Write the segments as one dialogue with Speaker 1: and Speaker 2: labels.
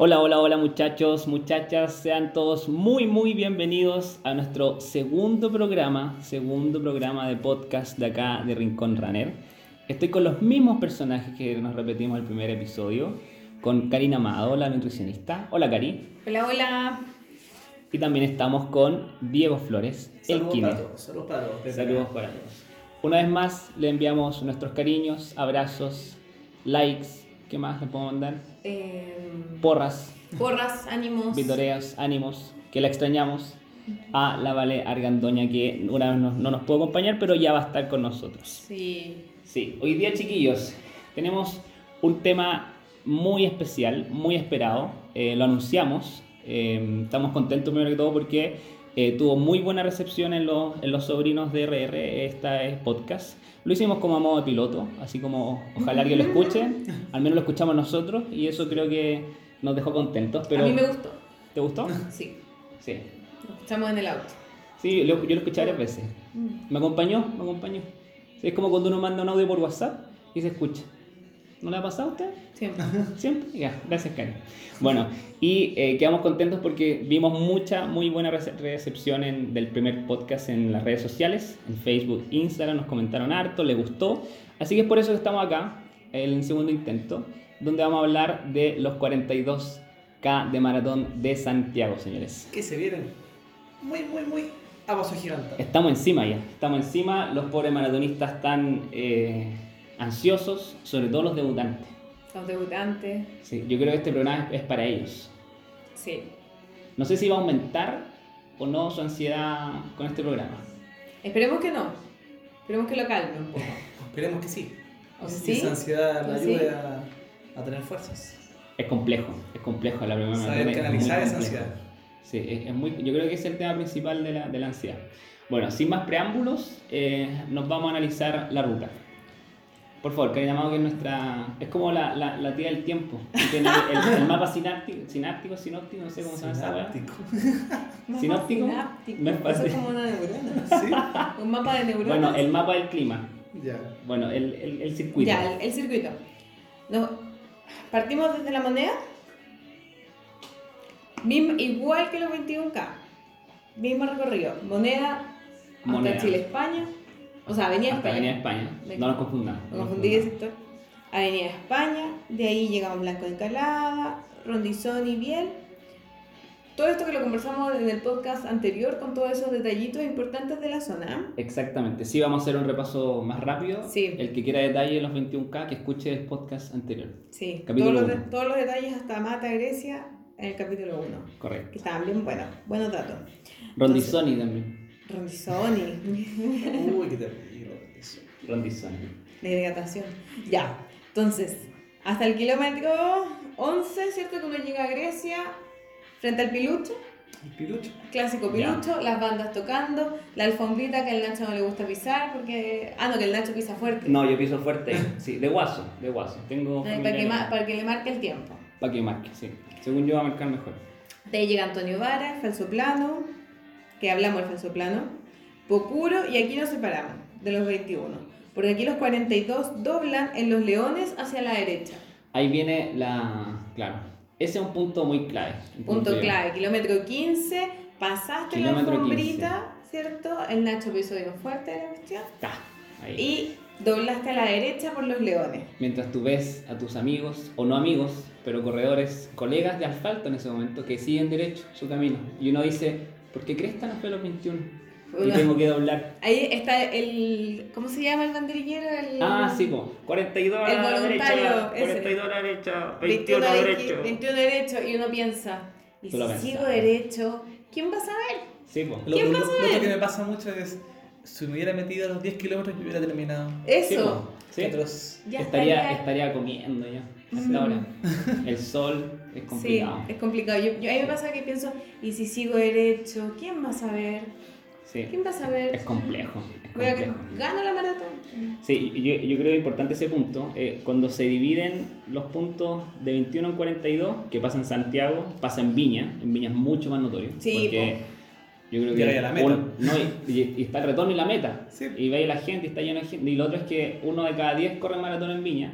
Speaker 1: Hola, hola, hola muchachos, muchachas, sean todos muy, muy bienvenidos a nuestro segundo programa, segundo programa de podcast de acá de Rincón Runner. Estoy con los mismos personajes que nos repetimos el primer episodio, con Karina Amado, la nutricionista. Hola, Cari.
Speaker 2: Hola, hola.
Speaker 1: Y también estamos con Diego Flores, el
Speaker 3: Saludos
Speaker 1: Kine.
Speaker 3: para todos, saludos para todos. desde
Speaker 1: Saludos
Speaker 3: acá.
Speaker 1: para todos. Una vez más le enviamos nuestros cariños, abrazos, likes, ¿qué más le podemos mandar?
Speaker 2: Eh,
Speaker 1: Porras,
Speaker 2: porras, ánimos.
Speaker 1: vitoreos, ánimos, que la extrañamos. A la Vale Argandoña que una vez no, no nos pudo acompañar, pero ya va a estar con nosotros.
Speaker 2: Sí.
Speaker 1: Sí, hoy día chiquillos, tenemos un tema muy especial, muy esperado. Eh, lo anunciamos. Eh, estamos contentos primero que todo porque eh, tuvo muy buena recepción en los, en los sobrinos de RR, esta es podcast. Lo hicimos como a modo de piloto, así como ojalá que lo escuche. Al menos lo escuchamos nosotros y eso creo que nos dejó contentos. Pero...
Speaker 2: A mí me gustó.
Speaker 1: ¿Te gustó?
Speaker 2: Sí.
Speaker 1: Sí.
Speaker 2: Lo escuchamos en el auto.
Speaker 1: Sí, lo- yo lo escuché varias veces. Me acompañó, me acompañó. Sí, es como cuando uno manda un audio por WhatsApp y se escucha. ¿No le ha pasado a usted?
Speaker 2: Siempre.
Speaker 1: Siempre. Ya, gracias, Karen. Bueno, y eh, quedamos contentos porque vimos mucha, muy buena rece- recepción en- del primer podcast en las redes sociales, en Facebook, Instagram, nos comentaron harto, les gustó. Así que es por eso que estamos acá, el segundo intento, donde vamos a hablar de los 42K de Maratón de Santiago, señores.
Speaker 3: Que se vienen muy, muy, muy a paso gigante.
Speaker 1: Estamos encima ya, estamos encima. Los pobres maratonistas están eh, ansiosos, sobre todo los debutantes.
Speaker 2: Los debutantes.
Speaker 1: Sí, yo creo que este programa es, es para ellos.
Speaker 2: Sí.
Speaker 1: No sé si va a aumentar o no su ansiedad con este programa.
Speaker 2: Esperemos que no. Esperemos que lo calme un poco.
Speaker 3: Esperemos que sí.
Speaker 2: ¿O
Speaker 3: Si
Speaker 2: sí?
Speaker 3: Esa ansiedad la
Speaker 2: ¿O sí?
Speaker 3: ayude a, a tener fuerzas.
Speaker 1: Es complejo, es complejo la primera
Speaker 3: Saber
Speaker 1: maratón, es
Speaker 3: canalizar
Speaker 1: muy
Speaker 3: esa
Speaker 1: complejo.
Speaker 3: ansiedad.
Speaker 1: Sí, es, es muy, yo creo que ese es el tema principal de la, de la ansiedad. Bueno, sin más preámbulos, eh, nos vamos a analizar la ruta. Por favor, Karina Mago, que es nuestra. Es como la, la, la tía del tiempo. que Tiene el, el mapa sináptico, sináptico, sinóptico, no sé cómo se llama esa weá.
Speaker 3: Sináptico.
Speaker 2: Mapa
Speaker 1: ¿Sinóptico?
Speaker 2: sináptico.
Speaker 1: Me
Speaker 2: Eso
Speaker 1: parece.
Speaker 2: es como una neurona.
Speaker 3: ¿Sí?
Speaker 2: Un mapa de neuronas.
Speaker 1: Bueno, el mapa del clima.
Speaker 3: Ya.
Speaker 1: Bueno, el, el, el circuito.
Speaker 2: Ya, el, el circuito. No. Partimos desde la moneda. Mim- igual que los 21K. Mismo recorrido. Moneda,
Speaker 1: Moneda.
Speaker 2: hasta Chile, España. O sea, Avenida
Speaker 1: Hasta
Speaker 2: España.
Speaker 1: Avenida España.
Speaker 2: Venga.
Speaker 1: No nos confundamos.
Speaker 2: Me
Speaker 1: no nos
Speaker 2: confundí,
Speaker 1: confundamos.
Speaker 2: ¿cierto? Avenida España. De ahí llegamos Blanco de Encalada, Rondizón y Biel. Todo esto que lo conversamos en el podcast anterior con todos esos detallitos importantes de la zona.
Speaker 1: Exactamente. Sí, vamos a hacer un repaso más rápido.
Speaker 2: Sí.
Speaker 1: El que quiera detalle de los 21K, que escuche el podcast anterior.
Speaker 2: Sí, todos
Speaker 1: Capítulo
Speaker 2: los,
Speaker 1: uno.
Speaker 2: de- todos los detalles hasta Mata Grecia en el capítulo 1.
Speaker 1: Correcto.
Speaker 2: Que estaban bien buenos, buenos datos.
Speaker 1: Rondizoni también.
Speaker 2: Rondizoni,
Speaker 3: Uy, qué terrible. eso.
Speaker 1: Rondizoni.
Speaker 2: de hidratación. Ya, entonces, hasta el kilómetro 11, ¿cierto? Que uno llega a Grecia, frente al Pilucho,
Speaker 3: El pirucho.
Speaker 2: clásico
Speaker 1: Ya.
Speaker 2: Pilucho, las bandas tocando, la alfombrita que al Nacho no le gusta pisar, porque. Ah, no, que el Nacho pisa fuerte.
Speaker 1: No, yo piso fuerte. Sí, de guaso, de guaso. Tengo.
Speaker 2: Ay,
Speaker 1: familia
Speaker 2: para, que
Speaker 1: que-
Speaker 2: ma- para que le marque el tiempo.
Speaker 1: para que marque, sí. Según yo va a marcar mejor.
Speaker 2: De ahí llega Antonio Vara, falso plano, que hablamos del falso plano, Pocuro, y aquí nos separamos de los 21, porque aquí los 42 doblan en los leones hacia la derecha.
Speaker 1: Ahí viene la. Claro. Ese es un punto muy clave. un
Speaker 2: Punto
Speaker 1: yo-
Speaker 2: clave, kilómetro 15, pasaste
Speaker 1: Kilómetro
Speaker 2: la alfombrita, ¿cierto? El Nacho piso bien fuerte de la cuestión,
Speaker 1: Está. Ahí.
Speaker 2: y doblaste a la derecha por los leones.
Speaker 1: Mientras tú ves a tus amigos, o no amigos, pero corredores, colegas de asfalto en ese momento, que siguen derecho su camino. Y uno dice, ¿por qué cresta no fue los 21? Y
Speaker 2: Uno-
Speaker 1: tengo que doblar.
Speaker 2: Ahí está el, ¿cómo se llama el banderillero? El,
Speaker 1: Ah, sí, po. 42 a
Speaker 2: El
Speaker 1: la derecha,
Speaker 2: voluntario, ese.
Speaker 1: 42 a la derecha,
Speaker 2: 21
Speaker 1: 21 a la derecha.
Speaker 2: 21 derecho, y uno piensa, y
Speaker 1: Tú
Speaker 2: si
Speaker 1: lo
Speaker 2: sigo
Speaker 1: pensabas.
Speaker 2: derecho, ¿quién va a saber?
Speaker 1: Sí, po.
Speaker 3: Lo,
Speaker 2: ¿Qué
Speaker 3: lo-
Speaker 2: pasa
Speaker 3: lo- lo
Speaker 2: ahí?
Speaker 3: otro que me pasa mucho es, si me hubiera metido a los 10 kilómetros, yo hubiera terminado.
Speaker 1: Sí,
Speaker 2: Eso.
Speaker 1: po. Sí.
Speaker 3: Otros-
Speaker 2: Ya
Speaker 1: estaría,
Speaker 2: estaría-
Speaker 1: estaría comiendo ya.
Speaker 2: Mm.
Speaker 1: Hasta ahora. El sol pues, es
Speaker 2: Sí,
Speaker 1: complicado.
Speaker 2: es complicado. Yo, yo- a mí me pasa que pienso, y si sigo derecho, ¿quién va a saber?
Speaker 1: Sí.
Speaker 2: ¿Quién va a
Speaker 1: Es
Speaker 2: saber?
Speaker 1: complejo. Es
Speaker 2: Voy a-
Speaker 1: complejo.
Speaker 2: ¿Gano la maratón?
Speaker 1: Sí, y yo, yo creo que es importante ese punto. eh, cuando se dividen los puntos de 21 en 42, que pasa en Santiago, pasa en Viña. En Viña es mucho más notorio.
Speaker 2: Sí,
Speaker 1: porque yo creo que.
Speaker 3: Llega ya la meta.
Speaker 1: un- no, y, y- y está el retorno y la meta.
Speaker 3: Sí.
Speaker 1: Y ve la gente, y está lleno de gente. Y lo otro es que uno de cada 10 corre maratón en Viña.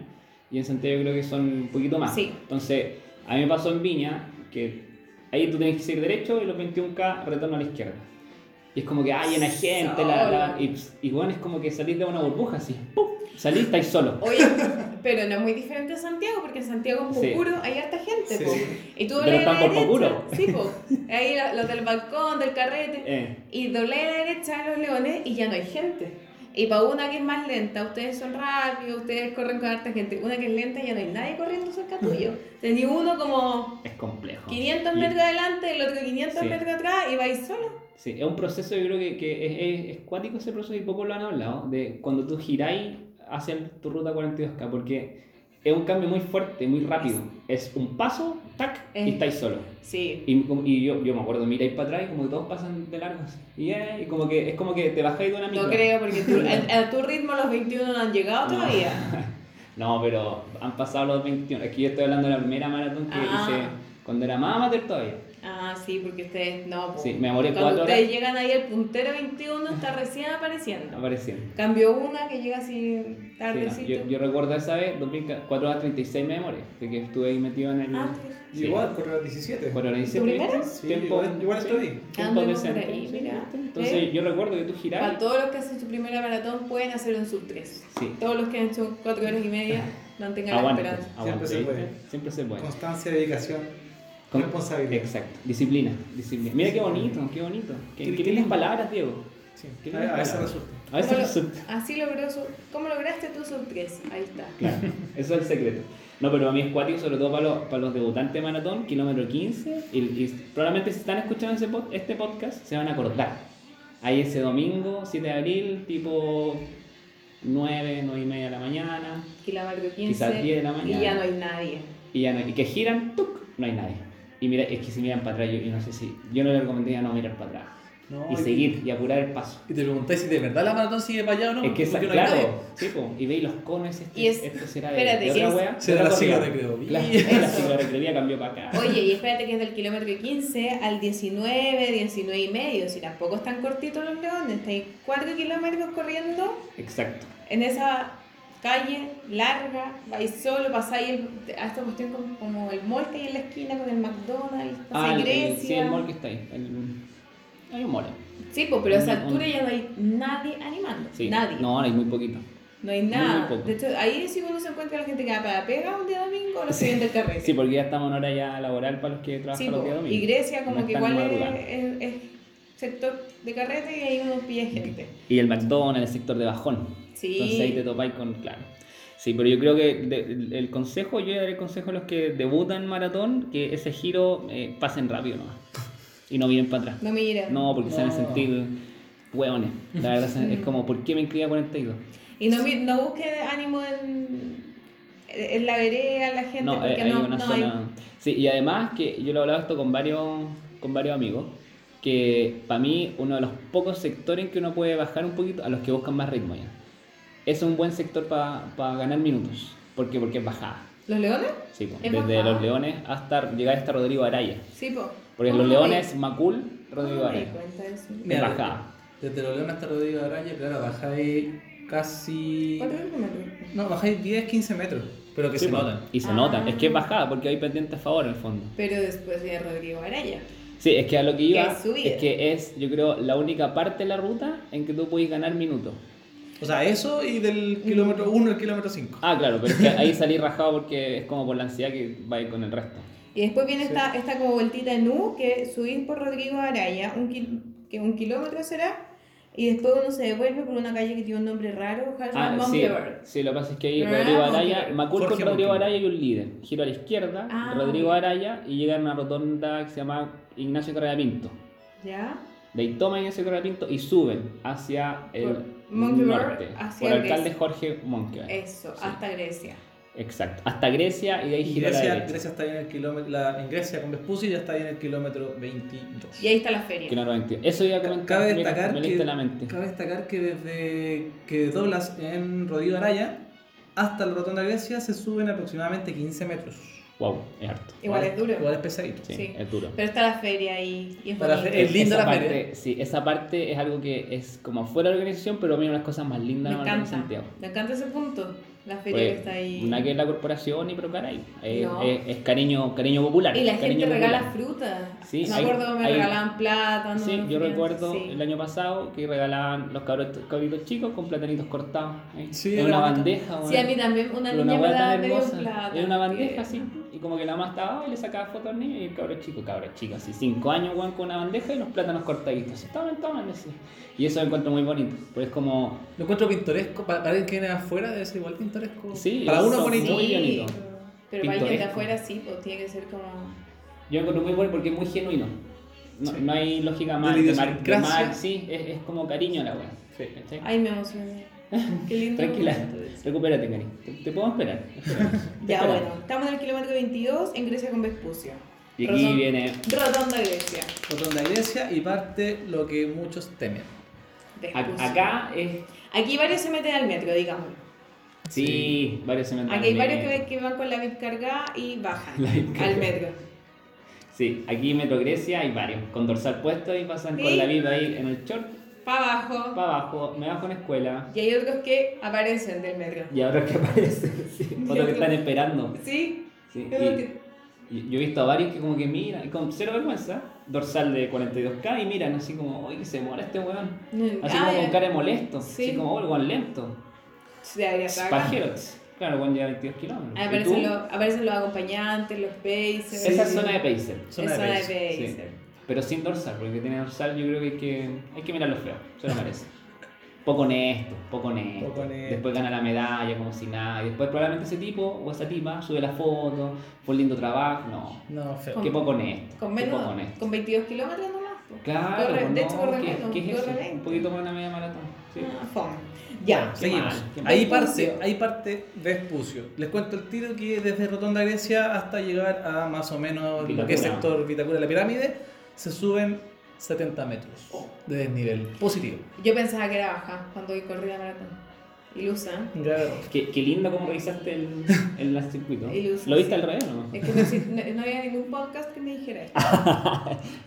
Speaker 1: Y en Santiago yo creo que son un poquito más.
Speaker 2: Sí.
Speaker 1: Entonces, A mí me pasó en Viña que ahí tú tenés que seguir derecho y los 21K retorno a la izquierda. Y es como que hay una gente, la, la- y, y bueno, es como que salís de una burbuja así, ¡pum! salís, estáis solo.
Speaker 2: Oye, pero no es muy diferente a Santiago, porque en Santiago en
Speaker 1: Sí.
Speaker 2: Pocuro hay harta gente,
Speaker 3: Sí.
Speaker 2: po. Y tú
Speaker 1: Pero
Speaker 2: doblé a la
Speaker 1: están por
Speaker 2: derecha.
Speaker 1: Pocuro.
Speaker 2: Sí, po. Ahí la- los del balcón, del carrete.
Speaker 1: Eh,
Speaker 2: Y doblé a la derecha en los leones y ya no hay gente. Y para una que es más lenta, ustedes son rápidos, ustedes corren con harta gente. Una que es lenta ya no hay nadie corriendo cerca tuyo. Tenía uno como
Speaker 1: es complejo.
Speaker 2: 500
Speaker 1: Y-
Speaker 2: metros adelante, el otro 500
Speaker 1: Sí.
Speaker 2: metros atrás y vais solo.
Speaker 1: Sí, es un proceso, yo creo que, que es, es, es cuático ese proceso y poco lo han hablado, de cuando tú giráis hacia el- tu ruta 42K, porque es un cambio muy fuerte, muy rápido. Es un paso, tac, y
Speaker 2: Eh.
Speaker 1: estáis solo.
Speaker 2: Sí.
Speaker 1: Y, como- y yo, yo me acuerdo, miráis para atrás y como que todos pasan de largo. así, Y, eh, y como que es como que te bajáis de una micro.
Speaker 2: No creo, porque tú- a, a tu ritmo los 21 no han llegado
Speaker 1: No.
Speaker 2: todavía.
Speaker 1: No, pero han pasado los 21. Aquí yo estoy hablando de la primera maratón que
Speaker 2: Ah.
Speaker 1: hice cuando era más amateur todavía.
Speaker 2: Ah, sí, porque ustedes no. po.
Speaker 1: Sí, me demoré
Speaker 2: Cuando
Speaker 1: cuatro
Speaker 2: ustedes
Speaker 1: horas
Speaker 2: llegan ahí, el puntero 21 está recién apareciendo.
Speaker 1: apareciendo.
Speaker 2: Cambio una que llega así
Speaker 1: Sí, no,
Speaker 2: tardecito.
Speaker 1: yo, yo recuerdo esa vez, 2004 horas 36 me demoré, de que estuve ahí metido en el...
Speaker 2: Ah,
Speaker 1: Sí.
Speaker 3: Igual, corre a las 17.
Speaker 1: Por hora y siete
Speaker 2: primera?
Speaker 1: minutos,
Speaker 3: Sí,
Speaker 1: tiempo-
Speaker 3: igual- igual estoy.
Speaker 1: tiempo
Speaker 2: Andemos por
Speaker 1: decente,
Speaker 2: ahí,
Speaker 1: sí,
Speaker 2: mira.
Speaker 1: Entonces
Speaker 2: ¿Eh?
Speaker 1: yo recuerdo que tú
Speaker 2: para
Speaker 1: girabas.
Speaker 2: todos los que hacen su primera maratón pueden hacer un sub 3.
Speaker 1: Sí.
Speaker 2: Todos los que han hecho 4 horas y media mantengan
Speaker 1: Aguante,
Speaker 2: la esperanza.
Speaker 1: aguante,
Speaker 3: se puede.
Speaker 1: ¿viste? Siempre se puede.
Speaker 3: Constancia, dedicación,
Speaker 1: Con-
Speaker 3: responsabilidad.
Speaker 1: Exacto, disciplina, disciplina. Mira qué bonito, qué bonito. Qué,
Speaker 3: Qué-
Speaker 1: qué
Speaker 3: qué
Speaker 1: lindas
Speaker 3: lindo.
Speaker 1: palabras, Diego.
Speaker 3: Sí,
Speaker 1: Qué
Speaker 3: a,
Speaker 1: lindas
Speaker 3: a veces
Speaker 1: palabras.
Speaker 3: resulta.
Speaker 1: pues. A veces
Speaker 2: ¿Cómo lo-
Speaker 1: resulta.
Speaker 2: así logró su- ¿Cómo lograste tu sub 3? Ahí está.
Speaker 1: Claro, eso es el secreto. No, pero a mí es cuático, sobre todo para los, para los debutantes de maratón, kilómetro 15. Y, y probablemente si están escuchando ese pod- este podcast, se van a acordar. Ahí ese domingo, 7 de abril, tipo 9, 9 y media de la mañana.
Speaker 2: Kilómetro 15.
Speaker 1: Quizás 10 de la mañana.
Speaker 2: Y ya no hay nadie.
Speaker 1: Y, ya no- y que giran, ¡tuc! no hay nadie. Y mira, es que si miran para atrás, yo, yo no sé si. Yo no le recomendaría no mirar para atrás.
Speaker 3: No,
Speaker 1: y seguir y apurar el paso.
Speaker 3: Y te preguntáis si de verdad la maratón sigue para allá o no.
Speaker 1: es que esa,
Speaker 3: porque no hay
Speaker 1: claro,
Speaker 3: nadie.
Speaker 1: sí, po, y veis los conos, este,
Speaker 2: Y es-
Speaker 1: esto será de,
Speaker 2: espérate,
Speaker 1: de
Speaker 2: y
Speaker 1: otra
Speaker 2: es-
Speaker 1: wea.
Speaker 3: Será
Speaker 1: de otra
Speaker 3: la sigla
Speaker 1: corrida.
Speaker 3: recreo.
Speaker 1: Claro,
Speaker 3: Eso.
Speaker 1: la sigla recreativa cambió para acá.
Speaker 2: Oye, y espérate que es del kilómetro 15 al 19, 19 y medio. Si tampoco están cortitos los leones, estáis 4 kilómetros corriendo
Speaker 1: Exacto.
Speaker 2: en esa calle larga, vais solo, pasáis el- a esta cuestión como, como el mall que hay en la esquina con el McDonald's, pasáis
Speaker 1: Ah, el- el-
Speaker 2: Grecia.
Speaker 1: sí, el mall que está ahí. el- hay un mall.
Speaker 2: Sí, pues, pero a esa
Speaker 1: Un- un-
Speaker 2: altura ya no hay nadie animando,
Speaker 1: Sí.
Speaker 2: nadie.
Speaker 1: No, hay muy poquito.
Speaker 2: No hay nada.
Speaker 1: muy poco.
Speaker 2: de hecho, ahí sí uno se encuentra la gente que va para pega un día domingo o los que vienen del carrete.
Speaker 1: Sí, porque ya estamos en hora ya laboral para los que trabajan
Speaker 2: Sí,
Speaker 1: los
Speaker 2: po,
Speaker 1: días domingos.
Speaker 2: y Grecia como
Speaker 1: No
Speaker 2: que
Speaker 1: están
Speaker 2: igual es,
Speaker 1: madrugando.
Speaker 2: es- es sector de carrete y ahí uno pilla gente.
Speaker 1: Y el McDonald's, el sector de bajón.
Speaker 2: Sí.
Speaker 1: Entonces ahí te topáis con, claro. Sí, pero yo creo que de- el- el consejo, yo daré el consejo a los que debutan maratón, que ese giro eh, pasen rápido nomás. Y no miren para atrás.
Speaker 2: No mira.
Speaker 1: No, porque se van a
Speaker 3: No.
Speaker 1: sentir hueones. La verdad se- es como, ¿por qué me inscribí a 42?
Speaker 2: Y no, mi- no busque ánimo en, en la vereda, en la gente,
Speaker 1: No, eh,
Speaker 2: porque
Speaker 1: hay
Speaker 2: no,
Speaker 1: una
Speaker 2: no hay-
Speaker 1: zona. Sí, y además que yo lo he hablado esto con varios, con varios amigos, que para mí uno de los pocos sectores en que uno puede bajar un poquito a los que buscan más ritmo ya. Es un buen sector para ganar minutos. ¿Por qué? Porque es bajada.
Speaker 2: ¿Los leones?
Speaker 1: Sí, pues,
Speaker 2: ¿Es
Speaker 1: desde
Speaker 2: bajada?
Speaker 1: los Leones hasta llegar hasta Rodrigo Araya.
Speaker 2: Sí, po.
Speaker 1: Porque
Speaker 2: No,
Speaker 1: los
Speaker 2: no
Speaker 1: Leones,
Speaker 2: me-
Speaker 1: Macul, Rodrigo
Speaker 2: no me di
Speaker 1: Araya.
Speaker 2: cuenta de eso.
Speaker 1: Es bajada.
Speaker 3: Desde los leones hasta Rodrigo Araya, claro, bajáis casi.
Speaker 2: ¿Cuántos kilómetros?
Speaker 3: No, bajáis 10, 15 metros. Pero que
Speaker 1: Sí,
Speaker 3: se
Speaker 1: pues,
Speaker 3: notan.
Speaker 1: Y se
Speaker 2: Ah.
Speaker 1: notan. Es que es bajada porque hay pendiente a favor en el fondo.
Speaker 2: Pero después de Rodrigo Araya.
Speaker 1: Sí, es que a lo que
Speaker 2: Que
Speaker 1: iba
Speaker 2: es subida.
Speaker 1: es que es, yo creo, la única parte de la ruta en que tú puedes ganar minutos.
Speaker 3: O sea, eso y del kilómetro 1 al kilómetro 5.
Speaker 1: Ah, claro, pero es que ahí salí rajado porque es como por la ansiedad que va a ir con el resto.
Speaker 2: Y después viene esta, esta como vueltita en U, que subís por Rodrigo Araya, un kil- que un kilómetro será, y después uno se devuelve por una calle que tiene un nombre raro,
Speaker 1: Ah,
Speaker 2: Halman
Speaker 1: sí,
Speaker 2: Montever.
Speaker 1: sí, lo que pasa es que ahí
Speaker 2: Ah,
Speaker 1: Rodrigo
Speaker 2: ok.
Speaker 1: Araya, Macul con
Speaker 3: Jorge
Speaker 1: Rodrigo
Speaker 3: Montiel.
Speaker 1: Araya y un líder. Giro a la izquierda,
Speaker 2: Ah.
Speaker 1: Rodrigo Araya y llega a una rotonda que se llama Ignacio Carrera Pinto.
Speaker 2: ¿Ya?
Speaker 1: De ahí toman Ignacio Carrera Pinto y suben hacia el
Speaker 2: Por Monkeberg,
Speaker 1: norte,
Speaker 2: hacia
Speaker 1: por el alcalde
Speaker 2: Grecia.
Speaker 1: Jorge Monkeberg.
Speaker 2: Eso,
Speaker 1: Ah, Sí.
Speaker 2: hasta Grecia.
Speaker 1: Exacto, hasta Grecia y de ahí
Speaker 3: Y
Speaker 1: gira a la
Speaker 3: Grecia,
Speaker 1: derecha.
Speaker 3: Grecia está ahí en el kilómetro. La, en Grecia con Vespucio ya está ahí en el kilómetro 22.
Speaker 2: Y ahí está la
Speaker 1: Que
Speaker 2: feria.
Speaker 1: no lo entiendo. Eso iba a comentar.
Speaker 3: Cabe
Speaker 1: mira,
Speaker 3: destacar,
Speaker 1: me leíste
Speaker 3: que,
Speaker 1: la mente.
Speaker 3: cabe destacar que desde que doblas en Rodrigo Araya hasta la Rotonda Grecia se suben aproximadamente 15 metros.
Speaker 1: Wow, es harto.
Speaker 2: Igual es duro.
Speaker 3: Igual es pesadito.
Speaker 1: Sí,
Speaker 2: Sí.
Speaker 1: es duro.
Speaker 2: Pero está la feria ahí. Y es
Speaker 3: Está la
Speaker 2: bonito.
Speaker 3: fe- Es linda
Speaker 1: esa
Speaker 3: la
Speaker 1: parte,
Speaker 3: feria.
Speaker 1: Sí, esa parte es algo que es como fuera de la organización, pero a mí una de las cosas más
Speaker 2: Me
Speaker 1: lindas de la maratón de
Speaker 2: encanta.
Speaker 1: Santiago.
Speaker 2: Me encanta ese punto. La feria
Speaker 1: Pues,
Speaker 2: que está ahí.
Speaker 1: Una que es la corporación y pero caray, es,
Speaker 2: No.
Speaker 1: es- es cariño, cariño popular.
Speaker 2: Y la
Speaker 1: cariño
Speaker 2: gente regala
Speaker 1: popular.
Speaker 2: fruta.
Speaker 1: Sí,
Speaker 2: me
Speaker 1: hay-
Speaker 2: acuerdo me
Speaker 1: hay-
Speaker 2: regalaban plátano.
Speaker 1: Sí, yo recuerdo el
Speaker 2: la
Speaker 1: año pasado que regalaban los cabros, cabritos chicos con platanitos cortados. ahí.
Speaker 3: Sí,
Speaker 1: en
Speaker 3: era
Speaker 1: una
Speaker 3: bacán.
Speaker 1: bandeja.
Speaker 2: Sí,
Speaker 1: bueno.
Speaker 2: a mí también una
Speaker 1: Pero
Speaker 2: niña me
Speaker 1: hueá
Speaker 2: daba
Speaker 1: tan
Speaker 2: medio un
Speaker 1: hermosa.
Speaker 2: plátano.
Speaker 1: Era una bandeja así.
Speaker 2: tierno.
Speaker 1: Y como que la mamá estaba abajo y le sacaba fotos al niño y el cabro chico, cabro chico, así, cinco años, weón, con una bandeja y los plátanos cortaditos. Así, tomen, tomen, así. Y eso lo encuentro muy bonito. Porque es como,
Speaker 3: Lo encuentro pintoresco. Para, para alguien que viene de afuera debe ser igual pintoresco.
Speaker 1: Sí,
Speaker 3: para uno
Speaker 1: son
Speaker 3: es bonito.
Speaker 1: muy bonito.
Speaker 2: Pero para alguien de
Speaker 1: Pintoresco.
Speaker 2: afuera sí, pues tiene que ser como.
Speaker 1: yo lo encuentro muy bueno porque es muy genuino. No,
Speaker 3: Sí.
Speaker 1: no hay lógica
Speaker 3: De
Speaker 1: más de,
Speaker 3: la
Speaker 1: mar- de
Speaker 3: idiosincrasia.
Speaker 1: mar- sí, es, es como cariño la weá.
Speaker 3: Sí.
Speaker 1: ¿Cachai?
Speaker 2: Ay, me emocioné. Qué lindo.
Speaker 1: Tranquila,
Speaker 2: momento ese.
Speaker 1: recupérate, Cari. Te, te puedo esperar.
Speaker 2: Ya,
Speaker 1: Espera.
Speaker 2: bueno, estamos en el kilómetro 22 en Grecia con Vespucio.
Speaker 1: Y aquí
Speaker 2: Rotonda-
Speaker 1: viene.
Speaker 2: Rotonda Grecia.
Speaker 3: Rotonda iglesia y parte lo que muchos temen.
Speaker 2: Vespucio.
Speaker 1: a- acá es.
Speaker 2: Aquí varios se meten al metro, digamos.
Speaker 1: Sí, varios cementerios.
Speaker 2: Aquí hay varios que, que van con la VIP cargada y bajan
Speaker 1: La VIP
Speaker 2: al
Speaker 1: cargada.
Speaker 2: metro.
Speaker 1: Sí, aquí Metro Grecia hay varios. Con dorsal puesto y pasan
Speaker 2: Sí.
Speaker 1: con la vida ahí en el short,
Speaker 2: Para abajo.
Speaker 1: para abajo, me bajo en escuela.
Speaker 2: Y hay otros que aparecen del metro.
Speaker 1: Y ahora que aparecen, sí. Otros que están esperando.
Speaker 2: ¿Sí?
Speaker 1: Sí,
Speaker 2: Es lo
Speaker 1: y-
Speaker 2: que-
Speaker 1: y yo he visto a varios que como que miran, y con cero vergüenza, dorsal de 42K y miran así como, oye, que se demora este weón. Así
Speaker 2: Ah,
Speaker 1: como
Speaker 2: ya.
Speaker 1: con cara de molesto,
Speaker 2: Sí.
Speaker 1: así como, oh, el weón lento.
Speaker 2: Sí, debería estar acá. Ah,
Speaker 1: Pajeros. Claro, el weón lleva 22 kilómetros.
Speaker 2: Ahí
Speaker 1: ¿Y
Speaker 2: Aparecen
Speaker 1: tú?
Speaker 2: los, aparecen los acompañantes, los pacers.
Speaker 1: Esa es zona de Pacer.
Speaker 3: Zona
Speaker 2: Es
Speaker 3: de
Speaker 2: zona de
Speaker 3: pace.
Speaker 1: Sí.
Speaker 2: pacer.
Speaker 1: Pero sin dorsal, porque el que tiene dorsal yo creo que hay que, hay que mirarlo feo, se lo merece. Poco honesto, poco honesto.
Speaker 3: Poco honesto.
Speaker 1: Después gana la medalla como si nada. Y después probablemente ese tipo o esa tipa sube la foto, fue un lindo trabajo. No,
Speaker 3: No, feo.
Speaker 1: qué poco honesto.
Speaker 2: Con
Speaker 1: qué poco
Speaker 2: menos,
Speaker 1: honesto.
Speaker 2: con 22 kilómetros nomás. po.
Speaker 1: Claro,
Speaker 2: Corre- de
Speaker 1: no,
Speaker 2: hecho, corre
Speaker 1: ¿qué-
Speaker 2: menos,
Speaker 1: ¿qué, es eso?
Speaker 2: corre
Speaker 1: Un
Speaker 2: 20.
Speaker 1: poquito más de una media maratón. Sí.
Speaker 2: Ah, fome. Ya.
Speaker 1: Sí.
Speaker 3: Seguimos.
Speaker 1: mal, qué mal.
Speaker 3: Ahí
Speaker 2: Vespucio.
Speaker 3: parte, ahí parte Vespucio. Les cuento el tiro que desde Rotonda Grecia hasta llegar a más o menos lo que es
Speaker 1: Vitacura.
Speaker 3: sector Vitacura de la pirámide, se suben 70 metros de desnivel. Positivo.
Speaker 2: Yo pensaba que era baja cuando corrí la maratón. Ilusa. ¿eh?
Speaker 3: Grave error.
Speaker 1: Qué, qué lindo como revisaste el, el, el circuito.
Speaker 2: Y lo usas.
Speaker 1: ¿Lo viste al revés o no?
Speaker 2: Es que no, exist- no- no había ningún podcast que me dijera esto.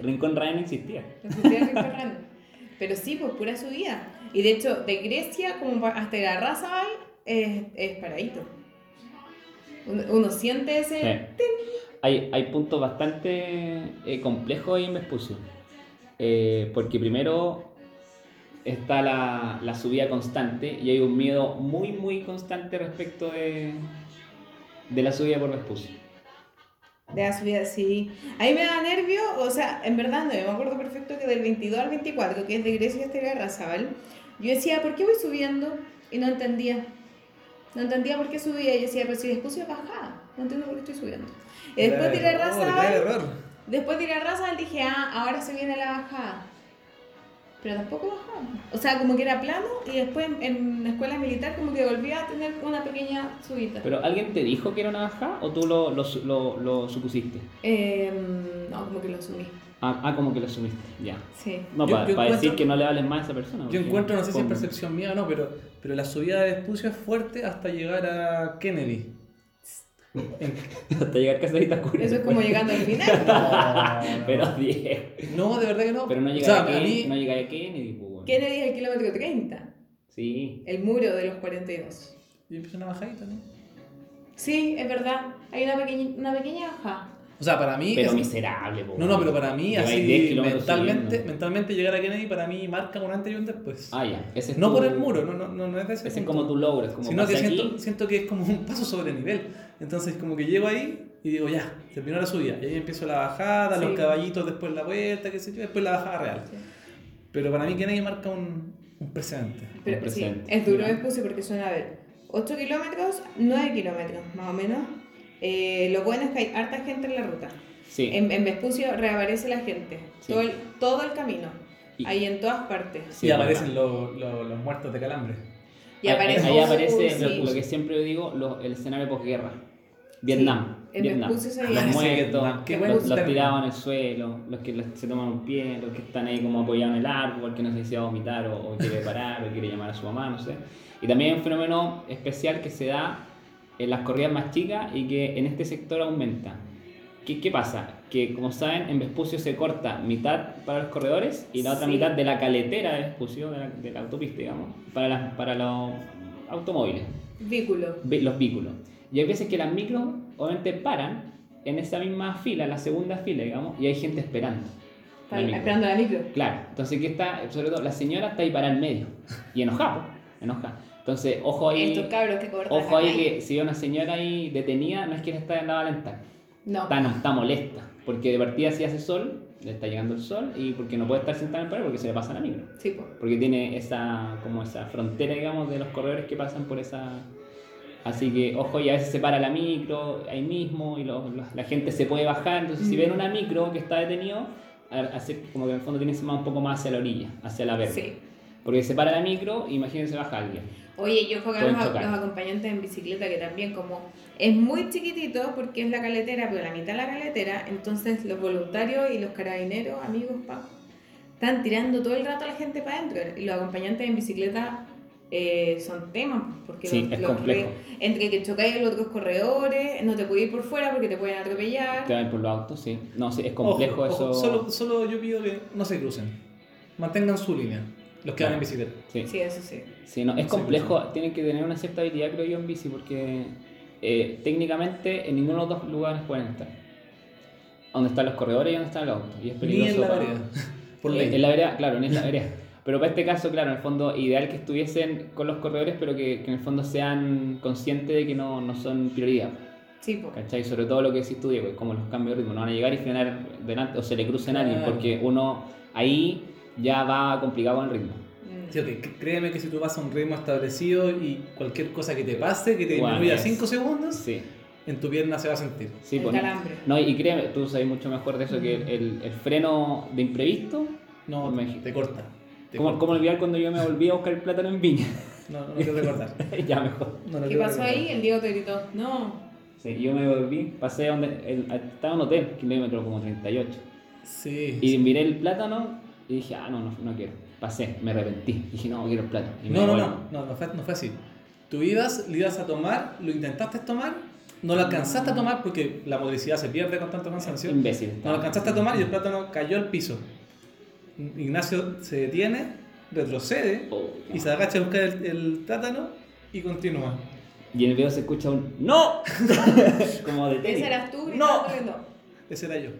Speaker 1: Rincón Ryan no existía.
Speaker 2: No existía Rick Ferrando. Pero sí, pues pura subida. Y de hecho, de Grecia como pa- hasta la raza es, es paradito. Uno, uno siente ese.
Speaker 1: Sí. Hay, hay puntos bastante eh, complejos ahí en Vespucio. Eh, porque primero está la, la subida constante y hay un miedo muy, muy constante respecto de, de la subida por Vespucio.
Speaker 2: De la subida, sí. Ahí me da nervio, o sea, en verdad no, yo me acuerdo perfecto que del 22 al 24, que es de Grecia hasta Garrazábal, yo decía, ¿por qué voy subiendo? Y no entendía. No entendía por qué subía. Y decía, pero si después es bajada, no entiendo por qué estoy subiendo. Y después de
Speaker 3: Grave error, grave
Speaker 2: Garrazábal,
Speaker 3: Oh, error.
Speaker 2: después de Irarrázaval dije, ah, ahora se viene la bajada. Pero tampoco bajaba. O sea, como que era plano y después en, en la escuela militar como que volvía a tener una pequeña subida.
Speaker 1: ¿Pero alguien te dijo que era una bajada o tú lo, lo, su- lo- lo supusiste?
Speaker 2: Eh, no, como que lo subí.
Speaker 1: Ah, ah, como que lo asumiste, ya.
Speaker 2: Sí.
Speaker 1: No,
Speaker 3: Yo-
Speaker 1: para
Speaker 3: yo
Speaker 1: decir
Speaker 3: encuentro-
Speaker 1: que no le vales más a esa persona.
Speaker 3: Yo
Speaker 1: porque-
Speaker 3: encuentro, no sé si es
Speaker 1: Ah, con-
Speaker 3: percepción mía o no, pero, pero la subida de Vespucio es fuerte hasta llegar a Kennedy.
Speaker 1: Hasta llegar a casa de Itacura.
Speaker 2: Eso es como llegando al final.
Speaker 1: Ah, Pero 10.
Speaker 3: No, de verdad que no.
Speaker 1: Pero no
Speaker 3: O
Speaker 1: llegáis
Speaker 3: sea,
Speaker 1: a,
Speaker 3: a
Speaker 1: Ken-
Speaker 3: mí-
Speaker 1: no llegáis a Kennedy, pues, bueno.
Speaker 2: Kennedy es el kilómetro 30,
Speaker 1: Sí.
Speaker 2: el muro de los 42.
Speaker 3: Y empieza una bajadita, ¿no?
Speaker 2: Sí, es verdad. Hay una pequeña, una pequeña baja.
Speaker 3: O sea, para mí.
Speaker 1: Pero
Speaker 3: es-
Speaker 1: miserable, po.
Speaker 3: No, no, pero para mí,
Speaker 1: Lleváis
Speaker 3: así
Speaker 1: 10 kilómetros
Speaker 3: mentalmente,
Speaker 1: subiendo.
Speaker 3: mentalmente llegar a Kennedy para mí marca un antes y un después.
Speaker 1: Ah, ya. Ese es
Speaker 3: no
Speaker 1: tu-
Speaker 3: por el muro, no, no, no, no es de ese.
Speaker 1: Ese es
Speaker 3: punto.
Speaker 1: como tu logro, es como
Speaker 3: Sino que
Speaker 1: pasé aquí.
Speaker 3: siento, siento que es como un paso sobre el nivel. Entonces, como que llego ahí y digo, ya, terminó la subida. Y ahí empiezo la bajada,
Speaker 2: Sí.
Speaker 3: los caballitos, después la vuelta, qué sé yo, después la bajada real.
Speaker 2: Sí.
Speaker 3: Pero para mí, Kennedy marca un, un precedente.
Speaker 2: Pero sí,
Speaker 1: presente.
Speaker 2: es duro
Speaker 1: Ya.
Speaker 2: Vespucio porque son, a ver, 8 kilómetros, 9 kilómetros más o menos. Eh, lo bueno es que hay harta gente en la ruta.
Speaker 1: Sí.
Speaker 2: En, en Vespucio reaparece la gente,
Speaker 1: Sí.
Speaker 2: todo, el, todo el camino,
Speaker 1: Y-
Speaker 2: ahí en todas partes.
Speaker 1: Sí,
Speaker 3: y
Speaker 1: es
Speaker 3: aparecen
Speaker 1: verdad. Eh,
Speaker 3: los, los, los muertos de calambre.
Speaker 2: Y
Speaker 1: Ahí-
Speaker 2: aparece,
Speaker 1: Ahí aparece
Speaker 2: sí.
Speaker 1: lo, lo que siempre digo, lo- el escenario posguerra. Vietnam.
Speaker 2: En
Speaker 1: Vietnam.
Speaker 2: Vespucio se veía-
Speaker 1: Los muertos,
Speaker 3: Vietnam, qué
Speaker 1: los-
Speaker 3: buen
Speaker 1: los,
Speaker 3: término.
Speaker 1: tirados en el suelo, los que los- se toman un pie, los que están ahí como apoyados en el árbol, que no sé si va a vomitar o, o quiere parar o quiere llamar a su mamá, no sé. Y también hay un fenómeno especial que se da en las corridas más chicas y que en este sector aumenta. ¿Qué, qué pasa? Que como saben, en Vespucio se corta mitad para los corredores y la otra
Speaker 4: Sí.
Speaker 1: mitad de la caletera de Vespucio, de la, de la autopista, digamos, para, las, para los automóviles,
Speaker 4: Vículo.
Speaker 1: ve- los vehículos. Y hay veces que las micros obviamente paran en esa misma fila, en la segunda fila, digamos, y hay gente esperando. la
Speaker 4: Para-
Speaker 1: micro.
Speaker 4: esperando la micro.
Speaker 1: Claro, entonces que está, sobre todo la señora está ahí para el medio y enojada, po, enojada. Entonces, ojo ahí,
Speaker 2: Estos cabros que cortan.
Speaker 1: ojo ahí
Speaker 2: acá.
Speaker 1: que si ve una señora ahí detenida, no es que está en la valenta,
Speaker 4: No.
Speaker 1: está, no, está molesta, porque de partida si hace sol, le está llegando el sol y porque no puede estar sentada en el paro porque se le pasa la micro,
Speaker 4: Sí, po.
Speaker 1: porque tiene esa, como esa frontera, digamos, de los corredores que pasan por esa... Así que, ojo, y a veces se para la micro ahí mismo y los- los- la gente se puede bajar. Entonces, si ven una micro que está detenido, a- hace- como que en el fondo tiene que ser más- un poco más hacia la orilla, hacia la verde.
Speaker 4: Sí.
Speaker 1: Porque se para la micro, imagínense baja alguien.
Speaker 2: Oye, yo juego a
Speaker 1: Pueden
Speaker 2: los,
Speaker 1: chocar.
Speaker 2: los acompañantes en bicicleta que también como es muy chiquitito porque es la caletera, pero la mitad de la caletera, entonces los voluntarios y los carabineros, amigos, pa, están tirando todo el rato a la gente para adentro. Y los acompañantes en bicicleta eh, son temas, porque
Speaker 1: Sí,
Speaker 2: los-
Speaker 1: es
Speaker 2: los
Speaker 1: complejo.
Speaker 2: corre- entre que chocáis en los otros corredores, no te puedes ir por fuera porque te pueden atropellar.
Speaker 1: Te van por los autos, sí. No, sí, es complejo
Speaker 3: Ojo,
Speaker 1: eso.
Speaker 3: ojo, solo, solo yo pido que no se crucen. Mantengan su línea. Los que van en bicicleta.
Speaker 1: Sí.
Speaker 2: Sí, eso sí.
Speaker 1: Sí, no, es
Speaker 3: Sí,
Speaker 1: complejo, tienen que tener una cierta habilidad, creo yo, en bici, porque eh, técnicamente en ninguno de los dos lugares pueden estar. Donde están los corredores y donde están los autos. Y es
Speaker 3: Ni
Speaker 1: peligroso.
Speaker 3: en la
Speaker 1: para-
Speaker 3: vereda. Por
Speaker 1: Eh,
Speaker 3: ley.
Speaker 1: En la vereda, claro, ni en la vereda. Pero para este caso, claro, en el fondo, ideal que estuviesen con los corredores, pero que, que en el fondo sean conscientes de que no, no son prioridad.
Speaker 2: Sí, po.
Speaker 1: ¿Cachai? Sobre todo lo que decís tú, Diego, como los cambios de ritmo, no van a llegar y frenar delante o se le crucen a alguien,
Speaker 3: Claro.
Speaker 1: porque uno ahí ya va complicado con el ritmo.
Speaker 2: Mm.
Speaker 3: Sí, ok, cr- Créeme que si tú vas a un ritmo establecido y cualquier cosa que te pase, que te
Speaker 1: Bueno,
Speaker 3: disminuya
Speaker 1: es-
Speaker 3: 5 segundos,
Speaker 1: Sí,
Speaker 3: en tu pierna se va a sentir.
Speaker 1: sí,
Speaker 2: El
Speaker 1: pues, no.
Speaker 2: calambre.
Speaker 1: no, y créeme, tú sabes mucho mejor de eso que el, el- el freno de imprevisto.
Speaker 3: No,
Speaker 1: Me-
Speaker 3: te corta. Te
Speaker 1: ¿Cómo,
Speaker 3: corta.
Speaker 1: cómo olvidar cuando yo me volví a buscar el plátano en Viña?
Speaker 3: No, no lo quiero recordar.
Speaker 1: ya mejor.
Speaker 3: No, no
Speaker 2: ¿Qué
Speaker 3: quiero
Speaker 2: pasó
Speaker 3: recordar.
Speaker 2: ahí? El Diego te gritó, no.
Speaker 1: Sí, yo me volví, pasé donde, el- estaba en un hotel, kilómetro como 38.
Speaker 3: Sí.
Speaker 1: Y miré el plátano y dije, ah, no, no, no quiero. Pasé, me arrepentí. Dije, no, quiero el plátano. Y me
Speaker 3: No, no,
Speaker 1: devolví.
Speaker 3: no, no, no fue, no fue así. Tú ibas, lo ibas a tomar, lo intentaste tomar, no lo alcanzaste a tomar porque la motricidad se pierde con tanta cansancio.
Speaker 1: Imbécil.
Speaker 3: No lo alcanzaste a tomar y el plátano cayó al piso. Ignacio se detiene, retrocede
Speaker 1: Oh, no.
Speaker 3: y se agacha a buscar el, el plátano y continúa.
Speaker 1: Y en el video se escucha un ¡No! Como de tenis.
Speaker 2: Ese eras tú
Speaker 3: No.
Speaker 2: gritándole no.
Speaker 3: Ese era yo.